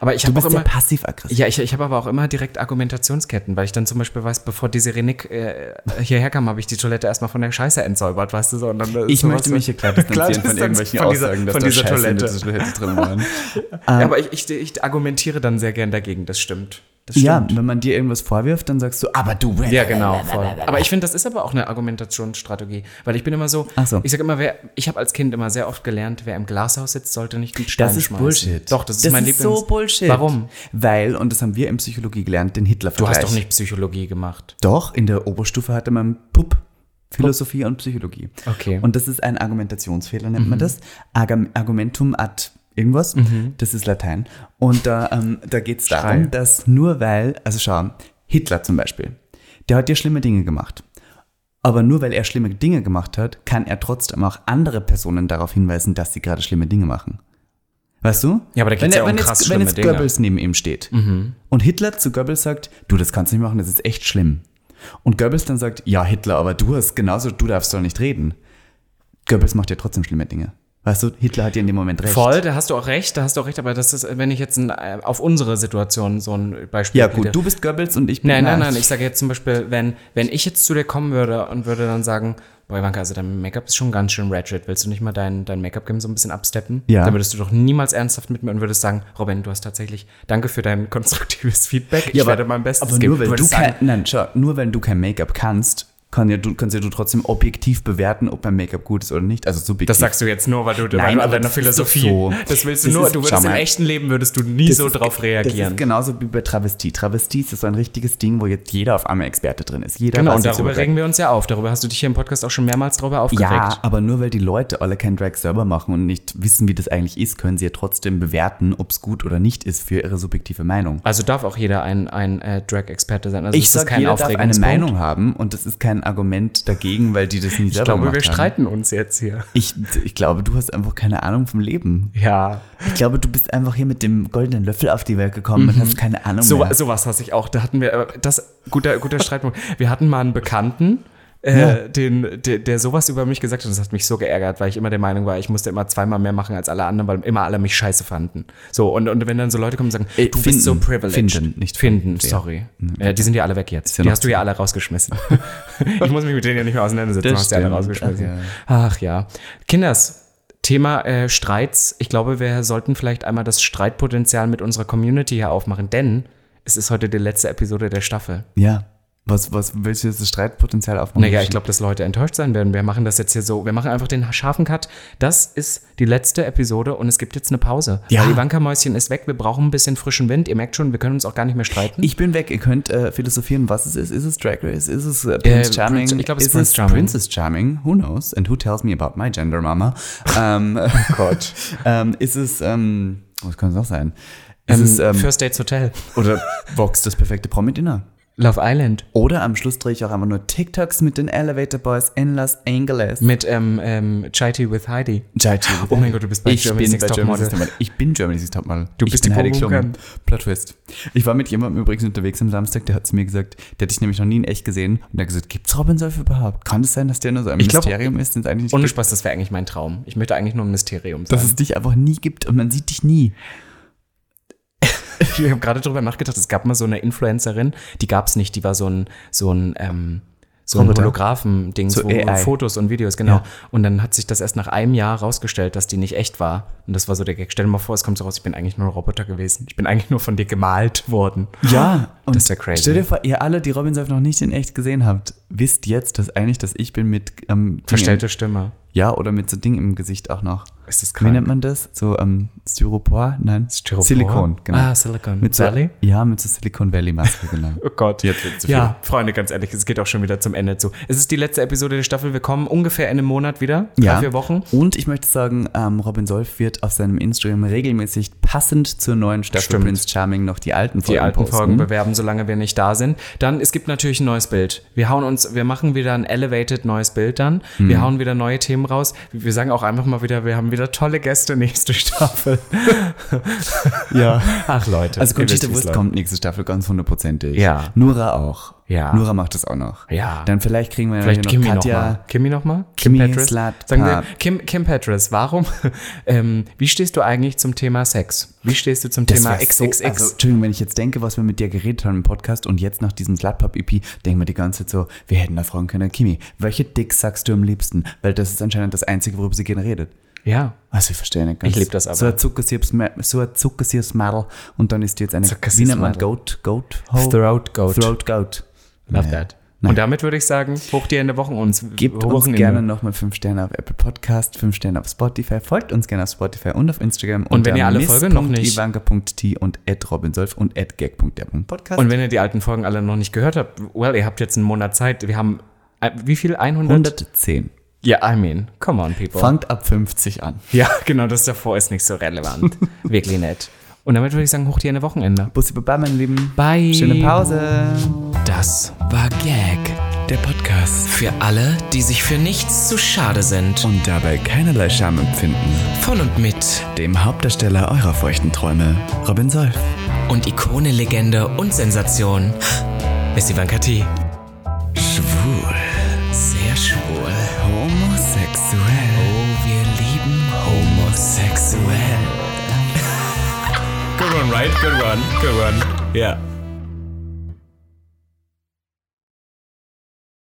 [SPEAKER 1] Aber ich
[SPEAKER 2] du
[SPEAKER 1] habe auch
[SPEAKER 2] bist ja
[SPEAKER 1] immer...
[SPEAKER 2] passiv-aggressiv.
[SPEAKER 1] Ja, ich, ich habe aber auch immer direkt Argumentationsketten, weil ich dann zum Beispiel weiß, bevor diese Renick äh, hierher kam, habe ich die Toilette erstmal von der Scheiße entsäubert, weißt du so. Und dann
[SPEAKER 2] Ich möchte mich hier klar distanzieren von irgendwelchen Aussagen,
[SPEAKER 1] dieser,
[SPEAKER 2] dass
[SPEAKER 1] von
[SPEAKER 2] da
[SPEAKER 1] dieser
[SPEAKER 2] Scheiße in
[SPEAKER 1] Toilette.
[SPEAKER 2] dieser Toilette drin waren.
[SPEAKER 1] Ja, aber ich, ich, ich argumentiere dann sehr gern dagegen, das stimmt. Das stimmt.
[SPEAKER 2] ja, wenn man dir irgendwas vorwirft, dann sagst du, aber du.
[SPEAKER 1] Ja, genau. Voll. Aber ich finde, das ist aber auch eine Argumentationsstrategie, weil ich bin immer so,
[SPEAKER 2] Ach so.
[SPEAKER 1] ich sage immer, wer, ich habe als Kind immer sehr oft gelernt, wer im Glashaus sitzt, sollte nicht den Stein
[SPEAKER 2] Das ist
[SPEAKER 1] schmeißen.
[SPEAKER 2] Bullshit.
[SPEAKER 1] Doch, das ist mein Lieblings.
[SPEAKER 2] so Bullshit.
[SPEAKER 1] Warum?
[SPEAKER 2] Weil, und das haben wir in Psychologie gelernt, den hitler
[SPEAKER 1] Du hast doch nicht Psychologie gemacht.
[SPEAKER 2] Doch, in der Oberstufe hatte man Pup. Philosophie und Psychologie.
[SPEAKER 1] Okay. Mhm.
[SPEAKER 2] Und das ist ein Argumentationsfehler, nennt man das. Argam- Argumentum ad irgendwas. Das ist Latein. Und da, ähm, da geht es
[SPEAKER 1] Schrei.
[SPEAKER 2] darum, dass nur weil, also schau, Hitler zum Beispiel, der hat ja schlimme Dinge gemacht. Aber nur weil er schlimme Dinge gemacht hat, kann er trotzdem auch andere Personen darauf hinweisen, dass sie gerade schlimme Dinge machen. Weißt du?
[SPEAKER 1] Ja, aber da geht's
[SPEAKER 2] Wenn
[SPEAKER 1] ja
[SPEAKER 2] er-
[SPEAKER 1] um
[SPEAKER 2] wenn
[SPEAKER 1] krass
[SPEAKER 2] jetzt,
[SPEAKER 1] schlimme
[SPEAKER 2] Wenn jetzt
[SPEAKER 1] Dinge. Mhm.
[SPEAKER 2] Goebbels neben ihm steht und Hitler zu Goebbels sagt, du, das kannst du nicht machen, das ist echt schlimm. Und Goebbels dann sagt, ja, Hitler, aber du hast genauso, du darfst doch nicht reden. Goebbels macht ja trotzdem schlimme Dinge. Weißt du, Hitler hat ja in dem Moment recht.
[SPEAKER 1] Voll, da hast du auch recht, da hast du auch recht, aber das ist, wenn ich jetzt ein, äh, auf unsere Situation so ein Beispiel
[SPEAKER 2] Ja, gut,
[SPEAKER 1] biete.
[SPEAKER 2] du bist Goebbels und ich bin
[SPEAKER 1] Nein, nein,
[SPEAKER 2] Ah,
[SPEAKER 1] nein, ich sage jetzt zum Beispiel, wenn, wenn ich jetzt zu dir kommen würde und würde dann sagen, boah, Ivanka, also dein Make-up ist schon ganz schön ratchet, willst du nicht mal dein, dein Make-up-Game so ein bisschen absteppen?
[SPEAKER 2] Ja.
[SPEAKER 1] Dann würdest du doch niemals ernsthaft mit mir und würdest sagen, Robin, du hast tatsächlich, danke für dein konstruktives Feedback, ich
[SPEAKER 2] Ja, aber-
[SPEAKER 1] werde mein Bestes
[SPEAKER 2] Aber
[SPEAKER 1] geben.
[SPEAKER 2] nur wenn, du
[SPEAKER 1] würdest
[SPEAKER 2] kein,
[SPEAKER 1] sagen,
[SPEAKER 2] nein, schau, nur wenn du kein Make-up kannst, kann ja, du, kannst ja du trotzdem objektiv bewerten, ob mein Make-up gut ist oder nicht. Also subjektiv.
[SPEAKER 1] das sagst du jetzt nur, weil du, weil
[SPEAKER 2] Nein,
[SPEAKER 1] du an
[SPEAKER 2] aber
[SPEAKER 1] deiner
[SPEAKER 2] das ist doch
[SPEAKER 1] Philosophie,
[SPEAKER 2] so.
[SPEAKER 1] das willst du
[SPEAKER 2] Das
[SPEAKER 1] nur,
[SPEAKER 2] ist-
[SPEAKER 1] du
[SPEAKER 2] schau
[SPEAKER 1] würdest im
[SPEAKER 2] mal.
[SPEAKER 1] echten Leben würdest du nie
[SPEAKER 2] Das
[SPEAKER 1] so
[SPEAKER 2] ist-
[SPEAKER 1] drauf
[SPEAKER 2] Das
[SPEAKER 1] reagieren.
[SPEAKER 2] ist genauso wie bei Travestie. Travestie ist so ein richtiges Ding, wo jetzt jeder auf einmal Experte drin ist. Jeder
[SPEAKER 1] Genau,
[SPEAKER 2] weiß
[SPEAKER 1] und
[SPEAKER 2] jetzt
[SPEAKER 1] darüber
[SPEAKER 2] über-
[SPEAKER 1] regen wir uns ja auf. Darüber hast du dich hier im Podcast auch schon mehrmals darüber aufgeregt.
[SPEAKER 2] Ja, aber nur weil die Leute alle kein Drag selber machen und nicht wissen, wie das eigentlich ist, können sie ja trotzdem bewerten, ob es gut oder nicht ist für ihre subjektive Meinung.
[SPEAKER 1] Also darf auch jeder ein, ein äh, Drag-Experte sein. Also
[SPEAKER 2] Ich
[SPEAKER 1] das ist
[SPEAKER 2] sage, jeder darf eine
[SPEAKER 1] Aufregungspunkt.
[SPEAKER 2] Meinung haben und das ist kein Argument dagegen, weil die das nie
[SPEAKER 1] Ich
[SPEAKER 2] selber
[SPEAKER 1] glaube, wir
[SPEAKER 2] gemacht haben.
[SPEAKER 1] streiten uns jetzt hier.
[SPEAKER 2] Ich, ich glaube, du hast einfach keine Ahnung vom Leben.
[SPEAKER 1] Ja.
[SPEAKER 2] Ich glaube, du bist einfach hier mit dem goldenen Löffel auf die Welt gekommen und hast keine Ahnung
[SPEAKER 1] Mhm. So,
[SPEAKER 2] mehr.
[SPEAKER 1] sowas hasse ich auch. Da hatten wir, äh, das, guter, guter Streitpunkt. Wir hatten mal einen Bekannten, äh,
[SPEAKER 2] Ja.
[SPEAKER 1] den, der, der sowas über mich gesagt hat. Das hat mich so geärgert, weil ich immer der Meinung war, ich musste immer zweimal mehr machen als alle anderen, weil immer alle mich scheiße fanden. So, und, und wenn dann so Leute kommen und sagen,
[SPEAKER 2] Äh,
[SPEAKER 1] du
[SPEAKER 2] finden.
[SPEAKER 1] bist so privileged.
[SPEAKER 2] Finden, nicht
[SPEAKER 1] Finden,
[SPEAKER 2] finden.
[SPEAKER 1] sorry. Äh, die sind ja alle weg jetzt.
[SPEAKER 2] ja
[SPEAKER 1] die
[SPEAKER 2] noch
[SPEAKER 1] hast du ja alle rausgeschmissen. ich muss mich mit denen ja nicht mehr auseinandersetzen.
[SPEAKER 2] Das
[SPEAKER 1] hast ja alle
[SPEAKER 2] stimmt.
[SPEAKER 1] rausgeschmissen.
[SPEAKER 2] Ach ja.
[SPEAKER 1] Ach ja. Kinders, Thema äh, Streits. Ich glaube, wir sollten vielleicht einmal das Streitpotenzial mit unserer Community hier aufmachen, denn es ist heute die letzte Episode der Staffel.
[SPEAKER 2] Ja. Was, was willst du jetzt das Streitpotenzial aufmachen?
[SPEAKER 1] Naja, ich glaube, dass Leute enttäuscht sein werden. Wir machen das jetzt hier so. Wir machen einfach den scharfen Cut. Das ist die letzte Episode und es gibt jetzt eine Pause.
[SPEAKER 2] Ja.
[SPEAKER 1] Weil die Wankermäuschen ist weg. Wir brauchen ein bisschen frischen Wind. Ihr merkt schon, wir können uns auch gar nicht mehr streiten.
[SPEAKER 2] Ich bin weg. Ihr könnt äh, philosophieren, was es ist. Ist es Drag Race? Ist es äh,
[SPEAKER 1] Äh,
[SPEAKER 2] Prince
[SPEAKER 1] Prinz-
[SPEAKER 2] Charming?
[SPEAKER 1] ich glaube, es ist
[SPEAKER 2] Ist
[SPEAKER 1] Prince Charming.
[SPEAKER 2] Princess Charming. Who knows? And who tells me about my gender, Mama? ähm, oh Gott. Ähm, ist es, ähm, was kann es noch sein? Ist es, ähm,
[SPEAKER 1] First Dates Hotel.
[SPEAKER 2] oder Vox, das perfekte Promi-Dinner?
[SPEAKER 1] Love Island.
[SPEAKER 2] Oder am Schluss drehe ich auch einfach nur TikToks mit den Elevator Boys in Los Angeles.
[SPEAKER 1] Mit ähm, ähm, Chaiti with Heidi.
[SPEAKER 2] Jai Chou.
[SPEAKER 1] Oh mein Gott, du bist bei
[SPEAKER 2] ich
[SPEAKER 1] Germany's
[SPEAKER 2] bin
[SPEAKER 1] Next
[SPEAKER 2] bei
[SPEAKER 1] Top
[SPEAKER 2] Germany's
[SPEAKER 1] Model.
[SPEAKER 2] Next Topmodel. Ich bin Germany's Next Topmodel.
[SPEAKER 1] Du
[SPEAKER 2] ich
[SPEAKER 1] bist
[SPEAKER 2] bin
[SPEAKER 1] die
[SPEAKER 2] Heidi
[SPEAKER 1] Bobo
[SPEAKER 2] Klum.
[SPEAKER 1] Gun.
[SPEAKER 2] Plot Twist. Ich war mit jemandem übrigens unterwegs am Samstag, der hat zu mir gesagt, der hat dich nämlich noch nie in echt gesehen. Und der hat gesagt, gibt's Robin Solf überhaupt? Kann es sein, dass der nur so ein
[SPEAKER 1] Ich glaub-
[SPEAKER 2] Mysterium ist, den es eigentlich nicht
[SPEAKER 1] Ohne
[SPEAKER 2] gibt?
[SPEAKER 1] Spaß, das wäre eigentlich mein Traum. Ich möchte eigentlich nur ein Mysterium sein.
[SPEAKER 2] Dass es dich einfach nie gibt und man sieht dich nie.
[SPEAKER 1] Ich habe gerade drüber nachgedacht, es gab mal so eine Influencerin, die gab es nicht, die war so ein, so ein, ähm, so ein
[SPEAKER 2] Roboter?
[SPEAKER 1] Holographen-Ding,
[SPEAKER 2] So
[SPEAKER 1] so
[SPEAKER 2] AI.
[SPEAKER 1] Fotos und Videos, genau.
[SPEAKER 2] Ja.
[SPEAKER 1] Und dann hat sich das erst nach einem Jahr rausgestellt, dass die nicht echt war. Und das war so der Gag. Stell dir mal vor, es kommt so raus, ich bin eigentlich nur ein Roboter gewesen. Ich bin eigentlich nur von dir gemalt worden.
[SPEAKER 2] Ja, Ah, und
[SPEAKER 1] Das ist ja crazy.
[SPEAKER 2] stell dir vor, ihr alle, die Robin Solf noch nicht in echt gesehen habt, wisst jetzt, dass eigentlich das ich bin mit ähm, Dingen-
[SPEAKER 1] Verstellte Stimme.
[SPEAKER 2] Ja, oder mit so Ding im Gesicht auch noch.
[SPEAKER 1] Ist das
[SPEAKER 2] Wie
[SPEAKER 1] krank?
[SPEAKER 2] nennt man das? So ähm, Styropor? Nein,
[SPEAKER 1] Styropor?
[SPEAKER 2] Silikon, genau.
[SPEAKER 1] Ah, Silicon
[SPEAKER 2] mit so,
[SPEAKER 1] Valley?
[SPEAKER 2] Ja, mit so Silicon Valley Maske, genau.
[SPEAKER 1] Oh Gott.
[SPEAKER 2] Jetzt wird's zu
[SPEAKER 1] ja, Freunde, ganz ehrlich, es geht auch schon wieder zum Ende zu. Es ist die letzte Episode der Staffel. Wir kommen ungefähr in einem Monat wieder. Drei, vier Wochen.
[SPEAKER 2] Und ich möchte sagen, ähm, Robin Solf wird auf seinem Instagram regelmäßig passend zur neuen Staffel
[SPEAKER 1] Stimmt.
[SPEAKER 2] Prince Charming noch die alten Folgen
[SPEAKER 1] die alten
[SPEAKER 2] posten.
[SPEAKER 1] Folgen bewerben, solange wir nicht da sind. Dann, es gibt natürlich ein neues Bild. Wir hauen uns, wir machen wieder ein elevated neues Bild dann.
[SPEAKER 2] Mhm.
[SPEAKER 1] Wir hauen wieder neue Themen raus. Wir sagen auch einfach mal wieder, wir haben wieder tolle Gäste nächste Staffel.
[SPEAKER 2] Ja.
[SPEAKER 1] Ach Leute.
[SPEAKER 2] Also
[SPEAKER 1] ihr wisst,
[SPEAKER 2] Conchita
[SPEAKER 1] wie's
[SPEAKER 2] Wurst
[SPEAKER 1] läuft.
[SPEAKER 2] kommt nächste Staffel ganz hundertprozentig.
[SPEAKER 1] Ja.
[SPEAKER 2] Nura auch.
[SPEAKER 1] Ja.
[SPEAKER 2] Nura macht das auch noch.
[SPEAKER 1] Ja.
[SPEAKER 2] Dann vielleicht kriegen wir
[SPEAKER 1] Vielleicht
[SPEAKER 2] hier
[SPEAKER 1] Kimi
[SPEAKER 2] noch
[SPEAKER 1] nochmal.
[SPEAKER 2] Katja.
[SPEAKER 1] Kimi nochmal?
[SPEAKER 2] Kimi
[SPEAKER 1] Petras?
[SPEAKER 2] Slut
[SPEAKER 1] Sagen wir,
[SPEAKER 2] Pub.
[SPEAKER 1] Kim, Kim Petras, warum, ähm, wie stehst du eigentlich zum Thema Sex? Wie stehst du zum Thema
[SPEAKER 2] wär so-
[SPEAKER 1] XXX?
[SPEAKER 2] also, Entschuldigung, wenn ich jetzt denke, was wir mit dir geredet haben im Podcast und jetzt nach diesem Slutpop-EP, denken wir die ganze Zeit so, wir hätten da fragen können, Kimi, welche Dicks sagst du am liebsten? Weil das ist anscheinend das Einzige, worüber sie gerne redet.
[SPEAKER 1] ja.
[SPEAKER 2] Also ich verstehe nicht ganz.
[SPEAKER 1] Ich lieb das aber.
[SPEAKER 2] So ein zuckersiebs so ein zuckersiebs Mädel und dann ist die jetzt eine,
[SPEAKER 1] Zuckersiebs
[SPEAKER 2] wie nennt man,
[SPEAKER 1] Mädel.
[SPEAKER 2] Goat, Goat, Ho?
[SPEAKER 1] Throat Goat.
[SPEAKER 2] Throat Goat.
[SPEAKER 1] Love
[SPEAKER 2] Naja.
[SPEAKER 1] that. Und damit würde ich sagen, hoch die Ende Wochen uns.
[SPEAKER 2] Gebt uns
[SPEAKER 1] Wochenende.
[SPEAKER 2] gerne nochmal 5 Sterne auf Apple Podcast, 5 Sterne auf Spotify, folgt uns gerne auf Spotify und auf Instagram.
[SPEAKER 1] Und wenn ihr alle Folgen noch nicht-
[SPEAKER 2] Ivanka.t und at robinsolf und at gag.der.podcast.
[SPEAKER 1] Und wenn ihr die alten Folgen alle noch nicht gehört habt, well, ihr habt jetzt einen Monat Zeit. Wir haben, äh, wie viel? 100?
[SPEAKER 2] 110.
[SPEAKER 1] Ja, I mean, come on, people.
[SPEAKER 2] Fangt ab 50 an.
[SPEAKER 1] Ja, genau, das davor ist nicht so relevant. Wirklich nett. Und damit würde ich sagen, hoch dir eine Wochenende.
[SPEAKER 2] Bussi Baba, meine Lieben.
[SPEAKER 1] Bye.
[SPEAKER 2] Schöne Pause.
[SPEAKER 1] Das war Gag, der Podcast. Für alle, die sich für nichts zu schade sind.
[SPEAKER 2] Und dabei keinerlei Scham empfinden.
[SPEAKER 1] Von und mit.
[SPEAKER 2] Dem Hauptdarsteller eurer feuchten Träume, Robin Solf.
[SPEAKER 1] Und Ikone, Legende und Sensation ist Ivanka T.
[SPEAKER 2] Schwul.
[SPEAKER 1] Sehr schwul.
[SPEAKER 2] Homosexuell.
[SPEAKER 1] Oh, wir lieben homosexuell.
[SPEAKER 2] Good one, right? Good one. Good one. Yeah.